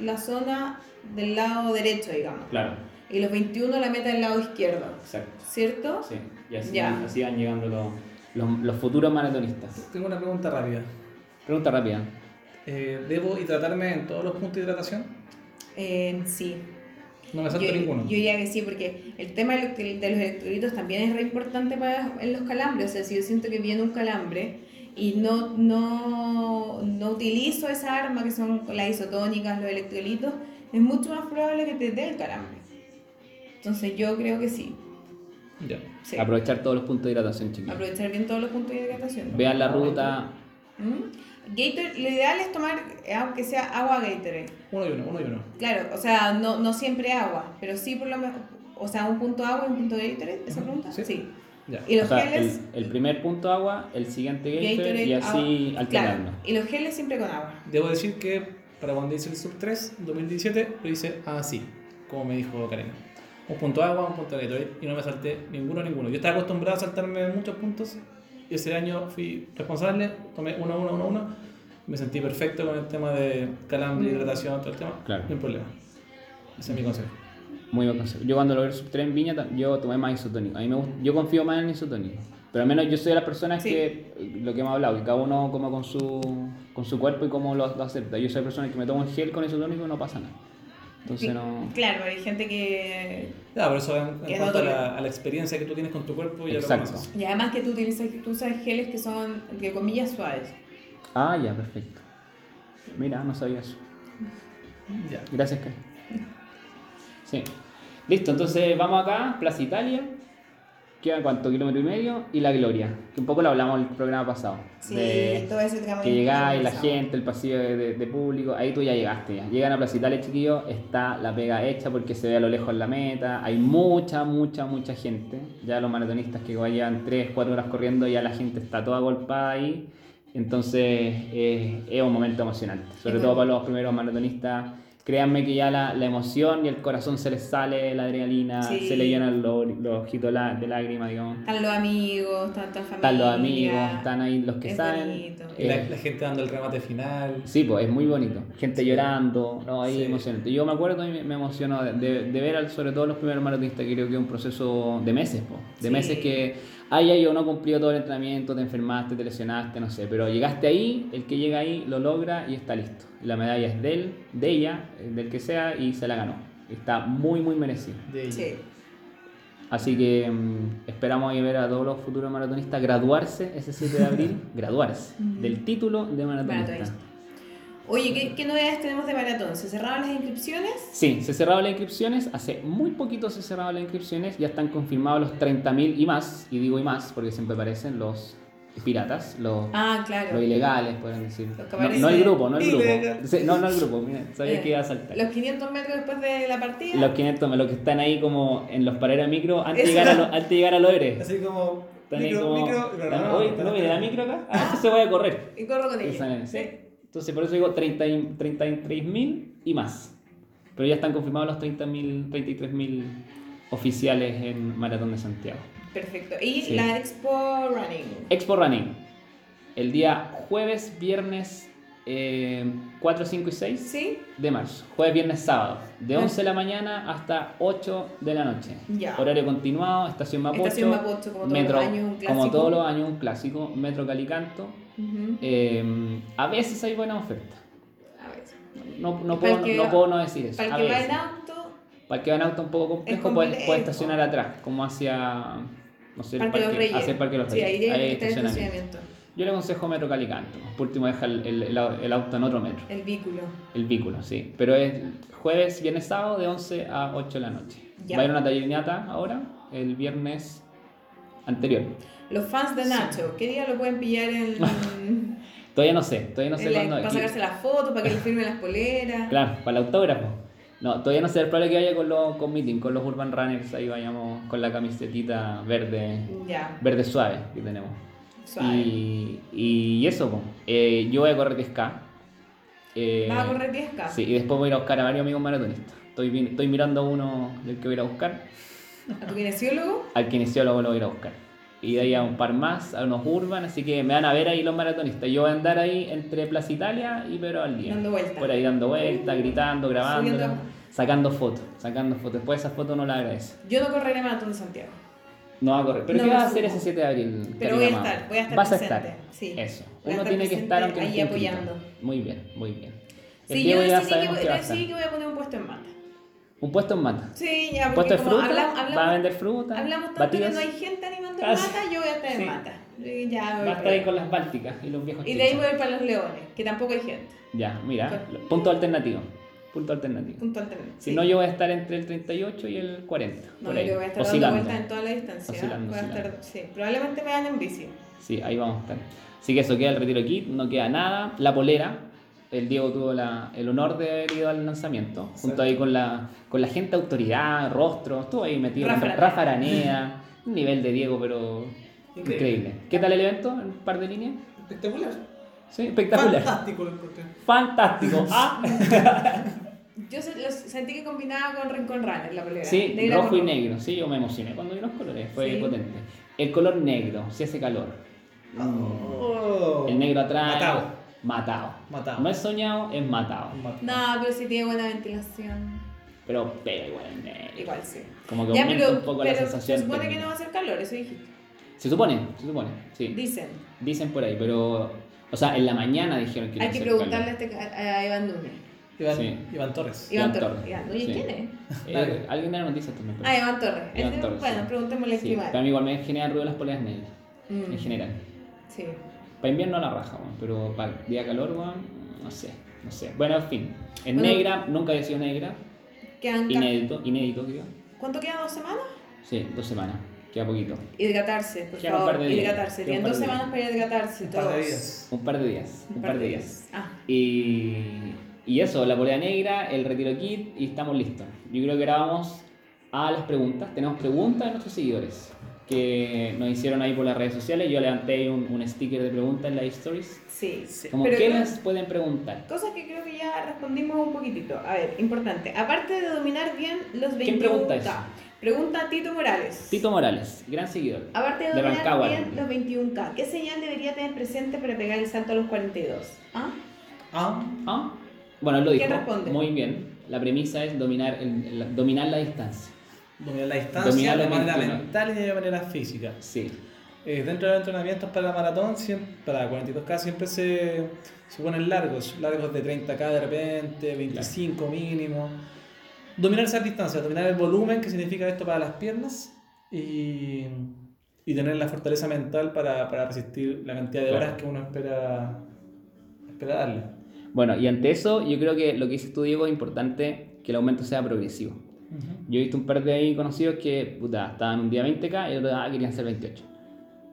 Speaker 2: la zona del lado derecho, digamos.
Speaker 1: Claro,
Speaker 2: Y los 21 la meta del lado izquierdo.
Speaker 1: exacto.
Speaker 2: ¿Cierto?
Speaker 1: Sí, y así,
Speaker 2: Ya.
Speaker 1: así van llegando los, los, los futuros maratonistas.
Speaker 3: Tengo una pregunta rápida.
Speaker 1: Pregunta rápida.
Speaker 3: Eh, ¿Debo hidratarme en todos los puntos de hidratación?
Speaker 2: Eh, sí.
Speaker 3: No me salto
Speaker 2: Yo,
Speaker 3: ninguno.
Speaker 2: yo diría que sí, porque el tema electro- de los electrolitos también es re importante para en los calambres. O sea, si yo siento que viene un calambre y no, no, no utilizo esa arma que son las isotónicas, los electrolitos, es mucho más probable que te dé el calambre. Entonces yo creo que sí.
Speaker 3: Ya.
Speaker 2: sí.
Speaker 1: Aprovechar todos los puntos de hidratación, chicos.
Speaker 2: Aprovechar bien todos los puntos de hidratación.
Speaker 1: Vean la ruta.
Speaker 2: ¿Mm? Gatorade- lo ideal es tomar, eh, aunque sea agua Gatorade.
Speaker 3: Uno y uno, uno y uno.
Speaker 2: Claro, o sea, no, no siempre agua, pero sí por lo menos, o sea, un punto agua y un punto Gatorade, ¿esa
Speaker 3: Ujú,
Speaker 2: pregunta?
Speaker 3: sí.
Speaker 2: Sí.
Speaker 3: Ya.
Speaker 2: Y los
Speaker 1: o sea,
Speaker 2: geles,
Speaker 1: el, el primer punto agua, el siguiente Gatorade,
Speaker 2: Gatorade,
Speaker 1: y así
Speaker 2: agua.
Speaker 1: alternando.
Speaker 2: Claro, y los geles siempre con agua.
Speaker 3: Debo decir que para cuando hice el sub 3, 2017, lo hice así, como me dijo Karen. Un punto agua, un punto Gatorade, y no me salté ninguno, ninguno. Yo estaba acostumbrado a saltarme muchos puntos, y ese año fui responsable, tomé uno, uno, uno, uno, me sentí perfecto con el tema de calambre, hidratación, todo el tema,
Speaker 1: Claro.
Speaker 3: no hay problema. Ese es mi consejo.
Speaker 1: Muy buen consejo. Yo cuando logré el sub 3 en Viña, ta- yo tomé más isotónico. A mí me gust- yo confío más en el isotónico. Pero al menos yo soy de las personas
Speaker 2: Sí.
Speaker 1: que, eh, lo que hemos hablado, que cada uno como con su, con su cuerpo y cómo lo, lo acepta. Yo soy la persona que me tomo el gel con isotónico y no pasa nada. Entonces no...
Speaker 2: Claro, hay gente que...
Speaker 3: Ya, por eso en, en
Speaker 2: Quedó
Speaker 3: cuanto a
Speaker 2: bien.
Speaker 3: la, a la experiencia que tú tienes con tu cuerpo, ya
Speaker 1: Exacto.
Speaker 3: lo conoces.
Speaker 2: Y además que tú utilizas, tú usas geles que son, entre comillas, suaves.
Speaker 1: Ah, ya, perfecto. Mira, no sabía eso.
Speaker 3: Ya.
Speaker 1: Gracias, Kai. Sí. Listo, entonces vamos acá, Plaza Italia. Queda cuánto, kilómetro y medio. Y la Gloria, que un poco lo hablamos en el programa pasado.
Speaker 2: Sí,
Speaker 1: de-
Speaker 2: todo ese tramo.
Speaker 1: Que llegáis, la gente, el pasillo de, de- de público, ahí tú ya llegaste ya. Llegan a Plaza Italia, chiquillos, está la pega hecha porque se ve a lo lejos la meta, hay mucha, mucha, mucha gente. Ya los maratonistas que vayan 3, 4 horas corriendo, ya la gente está toda golpada ahí. Entonces eh, es un momento emocionante, sobre
Speaker 2: Es
Speaker 1: todo
Speaker 2: verdad.
Speaker 1: para los primeros maratonistas. Créanme que ya la, la emoción y el corazón se les sale, la adrenalina,
Speaker 2: Sí.
Speaker 1: se le llenan los, los ojitos la- de lágrimas, digamos.
Speaker 2: Están los amigos, están toda la familia.
Speaker 1: Están los amigos, están ahí los que
Speaker 2: es
Speaker 1: saben.
Speaker 2: bonito.
Speaker 3: Y la,
Speaker 1: Eh,
Speaker 3: la gente dando el remate final.
Speaker 1: Sí, pues es muy bonito. Gente llorando, ¿no? Ahí
Speaker 3: Sí.
Speaker 1: emocionante. Yo me acuerdo y me- me emocionó de, de- de ver al, sobre todo los primeros maratonistas, que creo que es un proceso de meses, po. De
Speaker 2: Sí.
Speaker 1: meses que, ay, ay, yo no cumplí todo el entrenamiento, te enfermaste, te lesionaste, no sé. Pero llegaste ahí, el que llega ahí lo logra y está listo. La medalla es de él, de ella, eh, del que sea, y se la ganó. Está muy, muy merecido.
Speaker 3: De ella.
Speaker 2: Sí.
Speaker 1: Así que mm, esperamos ahí ver a todos los futuros maratonistas graduarse ese 7 de abril, graduarse del título de maratonista.
Speaker 2: Maratonista. Oye, ¿qué, ¿qué novedades tenemos de maratón? ¿Se cerraron las inscripciones?
Speaker 1: Sí, se cerraron las inscripciones, hace muy poquito se cerraron las inscripciones, ya están confirmados los 30.000 y más, y digo y más porque siempre aparecen los piratas, los,
Speaker 2: Ah, claro.
Speaker 1: los ilegales, pueden decir.
Speaker 2: Los que
Speaker 1: No,
Speaker 2: aparecen
Speaker 1: no el grupo, no el grupo.
Speaker 3: ilegal.
Speaker 1: Sí, no, no el grupo, mira, sabía
Speaker 2: Eh,
Speaker 1: que iba a saltar.
Speaker 2: Los 500 metros después de la partida.
Speaker 1: Los 500, los que están ahí como en los pareros de micro antes de
Speaker 2: Eso.
Speaker 1: llegar a los, antes de llegar a los Eres.
Speaker 3: Así como.
Speaker 1: Están ahí
Speaker 3: Micro,
Speaker 1: como,
Speaker 3: micro, pero
Speaker 1: están-
Speaker 3: no,
Speaker 1: "Oye,
Speaker 3: no,
Speaker 1: ¿no viene la micro acá? Ah, entonces voy a correr.
Speaker 2: Y corro con
Speaker 1: Están
Speaker 2: ella.
Speaker 1: en- sí. Entonces, por eso digo 30 y- 33.000 y más. Pero ya están confirmados los 30.000, 33.000 oficiales en Maratón de Santiago.
Speaker 2: Perfecto. Y
Speaker 1: Sí.
Speaker 2: la Expo Running.
Speaker 1: Expo Running. El día jueves, viernes eh, 4, 5 y 6
Speaker 2: ¿Sí?
Speaker 1: de marzo. Jueves, viernes, sábado. De
Speaker 2: Ah.
Speaker 1: 11 de la mañana hasta 8 de la noche.
Speaker 2: Ya.
Speaker 1: Horario continuado, Estación Mapocho.
Speaker 2: Estación Mapocho, como todos
Speaker 1: metro-
Speaker 2: los años, un clásico.
Speaker 1: como todos los años, un clásico. Metro Calicanto.
Speaker 2: Ujú.
Speaker 1: Eh, a veces hay buena oferta.
Speaker 2: A ver.
Speaker 1: No, no,
Speaker 2: Para
Speaker 1: puedo,
Speaker 2: el que
Speaker 1: no
Speaker 2: va-
Speaker 1: puedo no decir eso.
Speaker 2: Para
Speaker 1: a
Speaker 2: el que va
Speaker 1: veces.
Speaker 2: en auto,
Speaker 1: Para el que va en auto un poco complejo,
Speaker 2: Es
Speaker 1: Puedes, puedes
Speaker 2: complejo.
Speaker 1: estacionar atrás, como hacia. No sé, el
Speaker 2: Parque de los Reyes.
Speaker 1: hacia el Parque de los
Speaker 2: sí,
Speaker 1: Reyes.
Speaker 2: ahí tiene
Speaker 1: hay
Speaker 2: que estar el
Speaker 1: estacionamiento.
Speaker 2: estacionamiento.
Speaker 1: Yo le aconsejo metro Calicanto. Por último, deja el, el- el au- el auto en otro metro.
Speaker 2: El vínculo.
Speaker 1: El vínculo, sí. Pero es jueves, viernes, sábado de 11 a 8 de la noche.
Speaker 2: Ya.
Speaker 1: Va a ir una tallerñata ahora, el viernes anterior.
Speaker 2: Los fans de Nacho, ¿qué día lo pueden pillar en,
Speaker 1: Todavía no sé, todavía no sé
Speaker 2: en la-
Speaker 1: cuándo.
Speaker 2: para
Speaker 1: y-
Speaker 2: sacarse las fotos, para que le firmen las poleras?
Speaker 1: Claro, para el autógrafo. No, todavía no sé, es probable que vaya con los con meeting, con los Urban Runners, ahí vayamos con la camisetita verde,
Speaker 2: Ya,
Speaker 1: verde suave que tenemos.
Speaker 2: suave.
Speaker 1: Y, y eso, po. Eh, yo voy a correr 10K. Eh,
Speaker 2: ¿Vas a correr 10K?
Speaker 1: Sí, y después voy a ir a buscar a varios amigos maratonistas. Estoy, vi- estoy mirando uno del que voy a ir a buscar,
Speaker 2: ¿A tu kinesiólogo?
Speaker 1: al kinesiólogo lo voy a ir a buscar. Y de ahí a un par más, a unos urban, así que me van a ver ahí los maratonistas. Yo voy a andar ahí entre Plaza Italia y Pedro al día.
Speaker 2: Dando vueltas.
Speaker 1: Por ahí dando vueltas, gritando, grabando,
Speaker 2: Subiendo.
Speaker 1: sacando fotos, sacando fotos. Después esas fotos no las agradece.
Speaker 2: Yo no correré maratón de Santiago.
Speaker 1: No va a correr. ¿Pero
Speaker 2: No
Speaker 1: qué
Speaker 2: va
Speaker 1: vas a
Speaker 2: a
Speaker 1: hacer
Speaker 2: subir.
Speaker 1: ese 7 de abril?
Speaker 2: Pero voy a
Speaker 1: Karina Mao?
Speaker 2: estar, voy a estar
Speaker 1: Vas a estar.
Speaker 2: presente, sí.
Speaker 1: Eso.
Speaker 2: Voy a
Speaker 1: Uno
Speaker 2: estar
Speaker 1: tiene que estar
Speaker 2: presente
Speaker 1: aunque no
Speaker 2: ahí
Speaker 1: esté inscrito.
Speaker 2: apoyando.
Speaker 1: Muy bien, muy bien. El
Speaker 2: Sí,
Speaker 1: Diego
Speaker 2: yo
Speaker 1: ya
Speaker 2: decidí, que
Speaker 1: sabemos
Speaker 2: voy,
Speaker 1: que va a
Speaker 2: decidí
Speaker 1: estar.
Speaker 2: que voy a poner un puesto en mata.
Speaker 1: Un puesto en mata.
Speaker 2: Sí, ya,
Speaker 1: Un
Speaker 2: porque
Speaker 1: puesto de
Speaker 2: como
Speaker 1: fruta.
Speaker 2: habla-
Speaker 1: va a
Speaker 2: hablamos,
Speaker 1: vender fruta.
Speaker 2: hablamos tanto
Speaker 1: batidos.
Speaker 2: que no hay gente animando en
Speaker 1: Casi.
Speaker 2: mata, yo voy a estar
Speaker 1: Sí.
Speaker 2: en mata. Y ya, voy
Speaker 1: Va a estar ahí
Speaker 2: por
Speaker 1: con las bálticas y los viejos
Speaker 2: ahí. Y de ahí
Speaker 1: chichos.
Speaker 2: voy a ir para los leones, que tampoco hay gente.
Speaker 1: Ya, mira. Punto alternativo. Punto alternativo.
Speaker 2: Punto alternativo.
Speaker 1: Si no, yo voy a estar entre el 38 y el 40.
Speaker 2: No,
Speaker 1: por ahí.
Speaker 2: yo voy a estar
Speaker 1: oscilando.
Speaker 2: dando vueltas en toda la distancia.
Speaker 1: Oscilando,
Speaker 2: voy a estar-
Speaker 1: oscilando.
Speaker 2: sí, probablemente me dan en bici.
Speaker 1: Sí, ahí vamos a estar. Así que eso queda el retiro kit, no queda nada. La polera, el Diego tuvo la- el honor de haber ido al lanzamiento, junto ahí con la, con la gente autoridad, rostro, estuvo ahí metido.
Speaker 2: Rafa
Speaker 1: Rafa,
Speaker 2: Araneda.
Speaker 1: Rafa Araneda, un nivel de Diego, pero
Speaker 3: Increíble.
Speaker 1: increíble. ¿Qué tal el evento? ¿Un par de líneas?
Speaker 3: Espectacular.
Speaker 1: Sí, espectacular.
Speaker 3: Fantástico lo encontré.
Speaker 1: Fantástico. Ah,
Speaker 2: Yo se- los- sentí que combinaba con Rincón Runner la polera.
Speaker 1: sí,
Speaker 2: Negra
Speaker 1: rojo
Speaker 2: con
Speaker 1: y negro. Sí, yo me emocioné cuando vi los colores, fue
Speaker 2: Sí.
Speaker 1: potente. El color negro, si hace calor.
Speaker 3: Oh.
Speaker 1: El negro atrás.
Speaker 3: Matado.
Speaker 1: Matado.
Speaker 3: Matado.
Speaker 1: No es soñado, es matado.
Speaker 2: No, pero sí tiene buena ventilación.
Speaker 1: Pero pega igual el negro.
Speaker 2: Igual sí.
Speaker 1: Como que
Speaker 2: ya,
Speaker 1: aumenta
Speaker 2: pero,
Speaker 1: un poco la
Speaker 2: pero
Speaker 1: sensación.
Speaker 2: se supone
Speaker 1: térmica.
Speaker 2: que no va a hacer calor, eso dijiste.
Speaker 1: Se supone, se supone, sí.
Speaker 2: Dicen,
Speaker 1: Dicen por ahí, pero. O sea, en la mañana dijeron que iba
Speaker 2: hay
Speaker 1: a
Speaker 2: que
Speaker 1: ser
Speaker 2: preguntarle a, este, a a Iván Núñez.
Speaker 3: Iván,
Speaker 1: Sí.
Speaker 3: Iván Torres.
Speaker 1: Iván
Speaker 2: Iván Torres.
Speaker 1: Torres,
Speaker 2: Iván Núñez,
Speaker 1: sí.
Speaker 2: ¿quién es?
Speaker 1: calor. Eh, Alguien de las noticias también. pero-
Speaker 2: Ah, Iván Torres.
Speaker 1: Iván
Speaker 2: Este-
Speaker 1: Torres,
Speaker 2: bueno,
Speaker 1: sí.
Speaker 2: preguntémosle
Speaker 1: Sí,
Speaker 2: a Mm,
Speaker 1: Para mí igual me genera ruido las poleas negras, en general.
Speaker 2: Sí.
Speaker 1: Para invierno a la raja, weón, pero para día de calor, weón, no sé, no sé. Bueno, en fin. Es
Speaker 2: Bueno.
Speaker 1: negra, nunca había sido negra.
Speaker 2: Quedan ca-
Speaker 1: Inédito, inédito, creo.
Speaker 2: ¿Cuánto quedan? ¿Dos semanas?
Speaker 1: Sí, dos semanas, queda poquito.
Speaker 2: Hidratarse, por
Speaker 1: Quedan un
Speaker 2: favor.
Speaker 1: par de días.
Speaker 2: Hidratarse.
Speaker 1: Quedan
Speaker 2: Tienen
Speaker 1: un par
Speaker 2: dos
Speaker 1: de días.
Speaker 2: semanas para hidratarse.
Speaker 3: Un par de
Speaker 2: todos.
Speaker 3: días.
Speaker 1: Un par de días, un par de días.
Speaker 2: Ah,
Speaker 1: Y, y eso, la polea negra, el retiro kit y estamos listos. Yo creo que ahora vamos a las preguntas. Tenemos preguntas de nuestros seguidores que nos hicieron ahí por las redes sociales. Yo levanté ahí un, un sticker de preguntas en Live Stories.
Speaker 2: sí.
Speaker 1: Como,
Speaker 2: Pero
Speaker 1: ¿qué
Speaker 2: creo-
Speaker 1: les pueden preguntar?
Speaker 2: Cosas que creo que ya respondimos un poquitito. A ver, importante. Aparte de dominar bien los 21K.
Speaker 1: ¿Quién pregunta eso?
Speaker 2: Pregunta Tito Morales.
Speaker 1: Tito Morales, gran seguidor.
Speaker 2: Aparte de
Speaker 1: De
Speaker 2: dominar
Speaker 1: Rancagua.
Speaker 2: bien los 21K, ¿qué señal debería tener presente para pegar el salto a los 42? ¿Ah?
Speaker 3: Ah,
Speaker 1: Ah, Bueno, él lo dijo.
Speaker 2: ¿Quién responde?
Speaker 1: Muy bien. La premisa es dominar, el- la- dominar la distancia.
Speaker 3: dominar la distancia
Speaker 1: Dominar
Speaker 3: de
Speaker 1: los
Speaker 3: manera
Speaker 1: 21.
Speaker 3: mental y de manera física.
Speaker 1: Sí.
Speaker 3: Eh, dentro de los entrenamientos para la maratón, siem- para 42K siempre se, se ponen largos, largos de 30K de repente, 25 mínimo. Dominar esas distancias, dominar el volumen que significa esto para las piernas y, y tener la fortaleza mental para, para resistir la cantidad de
Speaker 1: Claro.
Speaker 3: horas que uno espera, espera darle.
Speaker 1: Bueno, y ante eso, yo creo que lo que dices tú, Diego, es importante que el aumento sea progresivo. Yo he visto un par de ahí conocidos que, puta, estaban un día 20k y otro día ah, querían ser 28.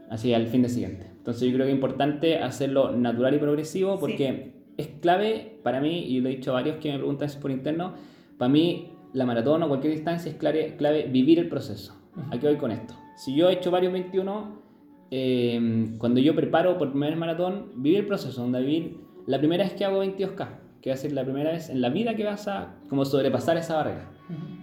Speaker 1: Así al fin de siguiente. Entonces yo creo que es importante hacerlo natural y progresivo porque es clave para mí, y lo he dicho a varios que me preguntan eso por interno, para mí la maratón o cualquier distancia es clave, clave vivir el proceso. ¿A qué voy con esto? Si yo he hecho varios 21, eh, cuando yo preparo por primera vez maratón, vivir el proceso, donde vivir la primera vez que hago 22K, que va a ser la primera vez en la vida que vas a como sobrepasar esa barrera.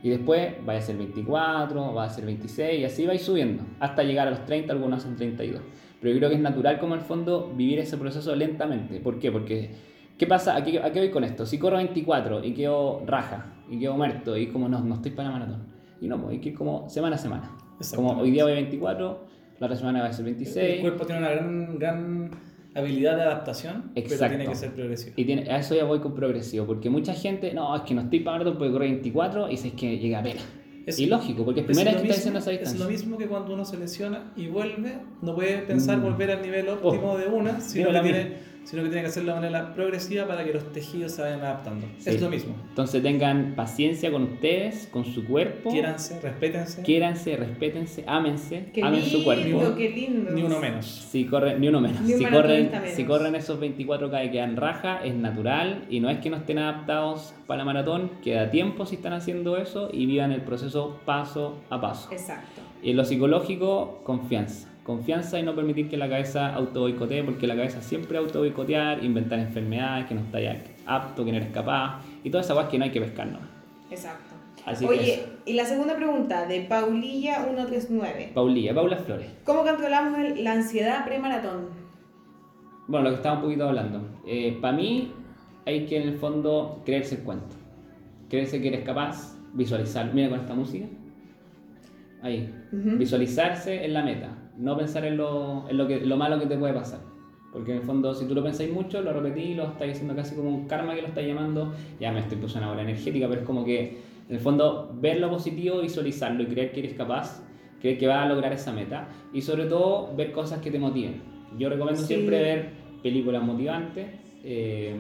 Speaker 1: Y después va a ser 24, va a ser 26 y así vais subiendo hasta llegar a los 30, algunos en 32. Pero yo creo que es natural como en el fondo vivir ese proceso lentamente. ¿Por qué? Porque ¿qué pasa? ¿A qué, a qué voy con esto? Si corro 24 y quedo raja y quedo muerto y como no, no estoy para la maratón. Y no, pues, hay que ir como semana a semana. Como
Speaker 3: Exactamente.
Speaker 1: hoy día voy 24, la otra semana va a ser
Speaker 3: El
Speaker 1: 26.
Speaker 3: cuerpo tiene una gran, gran habilidad de adaptación, pero tiene
Speaker 1: Exacto.
Speaker 3: que ser progresivo.
Speaker 1: Y tiene, a eso ya voy con progresivo, porque mucha gente, no, es que no estoy para maratón, puedo correr 24 y si es que llega a pena.
Speaker 3: Es-
Speaker 1: Y lógico, porque es primera vez que está diciendo esa
Speaker 3: Es lo
Speaker 1: distancia.
Speaker 3: mismo que cuando uno se lesiona y vuelve, no puede pensar
Speaker 1: Mm. Oh.
Speaker 3: volver al nivel óptimo de una, sino
Speaker 1: dímelo
Speaker 3: que,
Speaker 1: a mí.
Speaker 3: tiene, sino que tiene que hacerlo de manera progresiva para que los tejidos se vayan adaptando.
Speaker 1: Sí.
Speaker 3: Es lo mismo.
Speaker 1: Entonces tengan paciencia con ustedes, con su cuerpo.
Speaker 3: Quiéranse, respétense,
Speaker 1: Quiéranse, respétense, ámense,
Speaker 2: Qué
Speaker 1: amen Ah, su cuerpo.
Speaker 2: lindo, qué lindo.
Speaker 3: ni uno menos.
Speaker 1: Si corren, ni uno menos.
Speaker 2: Ni un
Speaker 1: si, corren,
Speaker 2: maratonista menos.
Speaker 1: si corren esos 24K y quedan raja, es natural y no es que no estén adaptados para la maratón, queda tiempo si están haciendo eso y vivan el proceso paso a paso.
Speaker 2: Exacto.
Speaker 1: Y en lo psicológico, confianza. Confianza y no permitir que la cabeza auto boicotee, porque la cabeza siempre auto boicotear, inventar enfermedades, que no estás apto, que no eres capaz, y todas esas cosas que no hay que pescar nomás.
Speaker 2: Exacto.
Speaker 1: Así que
Speaker 2: Oye,
Speaker 1: eso.
Speaker 2: y la segunda pregunta de Paulilla139.
Speaker 1: Paulilla, Paula Flores.
Speaker 2: ¿Cómo controlamos el- la ansiedad premaratón?
Speaker 1: Bueno, lo que estaba un poquito hablando. Para mí hay que en el fondo creerse el cuento. Creerse que eres capaz, visualizar. Mira con esta música. Ahí.
Speaker 2: Ujú.
Speaker 1: Visualizarse en la meta. No pensar en lo, en lo, que, lo malo que te puede pasar. Porque en el fondo, si tú lo pensáis mucho, lo repetís, lo estáis haciendo casi como un karma que lo estáis llamando. Ya me estoy puso una hora energética, pero es como que, en el fondo, ver lo positivo, visualizarlo y creer que eres capaz, creer que vas a lograr esa meta. Y sobre todo, ver cosas que te motiven. Yo recomiendo
Speaker 2: Sí.
Speaker 1: siempre ver películas motivantes, eh,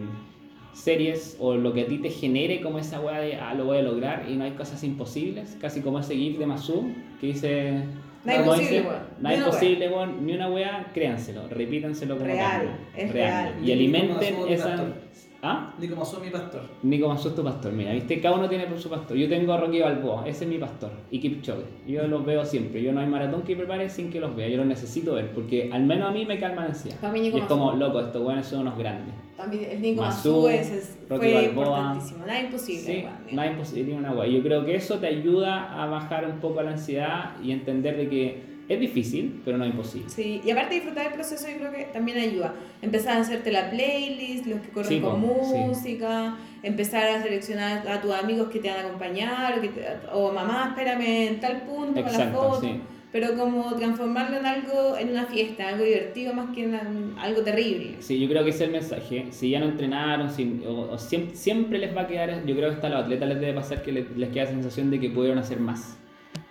Speaker 1: series o lo que a ti te genere como esa weá de, ah, lo voy a lograr y no hay cosas imposibles. Casi como ese gif de Masu que dice...
Speaker 2: No hay
Speaker 1: como
Speaker 2: posible,
Speaker 1: dice,
Speaker 2: weón.
Speaker 1: No
Speaker 2: Ni
Speaker 1: es
Speaker 2: una weá.
Speaker 1: posible, weón, ni una weá, créanselo, repítanselo como
Speaker 2: Real,
Speaker 1: tal,
Speaker 2: es real.
Speaker 1: Y alimenten
Speaker 3: Nico Mazú,
Speaker 1: esa.
Speaker 3: pastor.
Speaker 1: ¿Ah?
Speaker 3: Ni como soy mi pastor.
Speaker 1: Nico Mazú es tu pastor, mira, viste, cada uno tiene por su pastor. Yo tengo a Rocky Balboa, ese es mi pastor, y Kipchoge. Yo los veo siempre, yo no hay maratón que prepare sin que los vea, yo los necesito ver, porque al menos a mí me calma la ansiedad.
Speaker 2: Para mí Nico
Speaker 1: Y es
Speaker 2: Mazú.
Speaker 1: como, loco, estos weones son unos grandes.
Speaker 2: También el Nico
Speaker 1: Mazú,
Speaker 2: Mazú es, es-
Speaker 1: Rocky
Speaker 2: fue
Speaker 1: Balboa.
Speaker 2: importantísimo. Nada imposible.
Speaker 1: Sí,
Speaker 2: weón,
Speaker 1: nada imposible tiene una guay. Yo creo que eso te ayuda a bajar un poco la ansiedad y entender de que es difícil, pero no es imposible.
Speaker 2: Sí, y aparte de disfrutar el proceso yo creo que también ayuda. Empezar a hacerte la playlist, los que corren
Speaker 1: Sí,
Speaker 2: con
Speaker 1: po, sí.
Speaker 2: música, empezar a seleccionar a tus amigos que te van a acompañar, o, que te- o mamá, espérame en tal punto con la
Speaker 1: Exacto,
Speaker 2: foto.
Speaker 1: sí.
Speaker 2: Pero como transformarlo en algo, en una fiesta, algo divertido más que en an- algo terrible.
Speaker 1: Sí, yo creo que ese es el mensaje. Si ya no entrenaron, si- o, o siem- siempre les va a quedar, yo creo que hasta a los atletas les debe pasar que le- les, queda la sensación de que pudieron hacer más.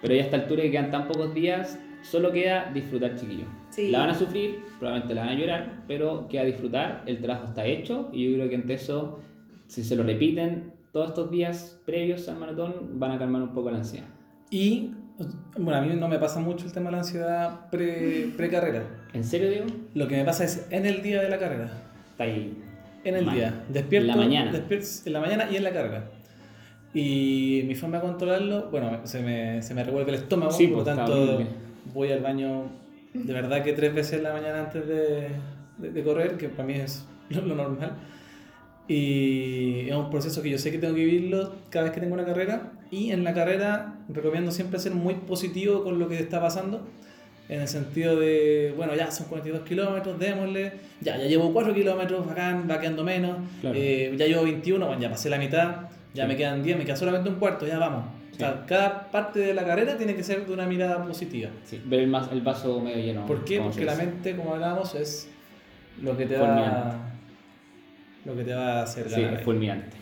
Speaker 1: Pero ya a esta altura que quedan tan pocos días, solo queda disfrutar, chiquillos.
Speaker 2: Sí.
Speaker 1: La van a sufrir, probablemente la van a llorar, pero queda disfrutar, el trabajo está hecho y yo creo que ante eso, si se lo repiten todos estos días previos al maratón, van a calmar un poco la ansiedad.
Speaker 3: Y, bueno, a mí no me pasa mucho el tema de la ansiedad pre- pre-carrera.
Speaker 1: ¿En serio, Diego?
Speaker 3: lo que me pasa es en el día de la carrera.
Speaker 1: Está ahí.
Speaker 3: En el
Speaker 1: Ma-
Speaker 3: día. Despierto.
Speaker 1: en la mañana.
Speaker 3: despier- en la mañana y en la carga. Y mi forma de controlarlo, bueno, se me, se me revuelve el estómago,
Speaker 1: Sí,
Speaker 3: por lo
Speaker 1: pues, está
Speaker 3: tanto
Speaker 1: horrible.
Speaker 3: voy al baño de verdad que tres veces en la mañana antes de, de- de correr, que para mí es lo, lo normal. Y es un proceso que yo sé que tengo que vivirlo cada vez que tengo una carrera. Y en la carrera recomiendo siempre ser muy positivo con lo que te está pasando. En el sentido de, bueno, ya son 42 kilómetros, démosle. Ya, ya llevo 4 kilómetros, bacán, va quedando menos.
Speaker 1: Claro.
Speaker 3: Eh, ya llevo 21, bueno, ya pasé la mitad. Ya
Speaker 1: Sí.
Speaker 3: me quedan 10, me queda solamente un cuarto, ya vamos. O sea, cada parte de la carrera tiene que ser de una mirada positiva.
Speaker 1: Sí, ver el, mas- el vaso medio lleno.
Speaker 3: ¿Por qué?
Speaker 1: como se
Speaker 3: Porque la
Speaker 1: dice.
Speaker 3: mente, como hablábamos, es lo que te
Speaker 1: Fulminante.
Speaker 3: va, lo que te va a hacer
Speaker 1: Sí,
Speaker 3: ganar.
Speaker 1: es fulminante.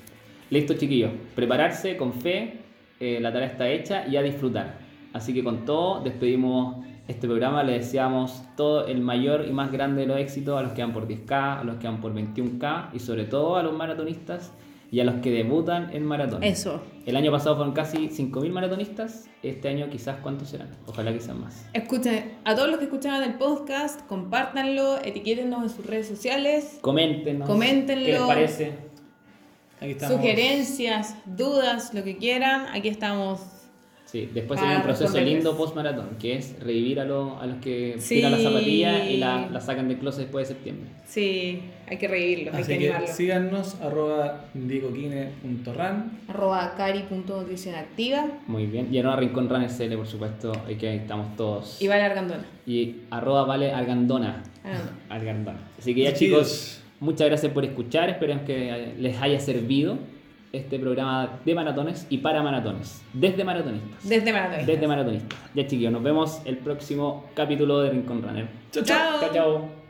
Speaker 1: Listo, chiquillos. Prepararse con fe, eh, la tarea está hecha y a disfrutar. Así que con todo, despedimos este programa. Le deseamos todo el mayor y más grande de los éxitos a los que van por 10K, a los que van por 21K y sobre todo a los maratonistas y a los que debutan en maratón.
Speaker 2: Eso.
Speaker 1: El año pasado fueron casi 5.000 maratonistas. Este año quizás cuántos serán. Ojalá quizás más.
Speaker 2: Escuchen, a todos los que escuchaban el podcast, compártanlo, etiquétennos en sus redes sociales,
Speaker 1: Coméntenos.
Speaker 2: Coméntenlo.
Speaker 1: ¿Qué les parece?
Speaker 3: Aquí estamos.
Speaker 2: sugerencias, dudas, lo que quieran. Aquí estamos.
Speaker 1: Sí, después
Speaker 2: Para
Speaker 1: hay un proceso
Speaker 2: responderles.
Speaker 1: lindo post-maratón, que es revivir a, lo- a los que
Speaker 2: Sí.
Speaker 1: tiran la zapatilla y la, la sacan del closet después de septiembre.
Speaker 2: Sí, hay que reírlos, hay
Speaker 3: Así
Speaker 2: que
Speaker 3: que
Speaker 2: animarlos.
Speaker 3: síganos, arroba dicoquine.ran.
Speaker 2: Arroba cari.nutricionactiva
Speaker 1: Muy bien. Y a Rincón Runner CL, por supuesto, es que ahí estamos todos.
Speaker 2: y vale Argandona.
Speaker 1: Y arroba vale argandona.
Speaker 2: Argandona.
Speaker 1: Argandona. Así que ya
Speaker 3: Chiquillos.
Speaker 1: chicos, muchas gracias por escuchar. Esperemos que les haya servido este programa de maratones y para maratones. Desde maratonistas.
Speaker 2: Desde Maratón.
Speaker 1: Desde maratonistas. Ya chicos, nos vemos el próximo capítulo de Rincón Runner.
Speaker 2: Chao.
Speaker 1: Chao, chao.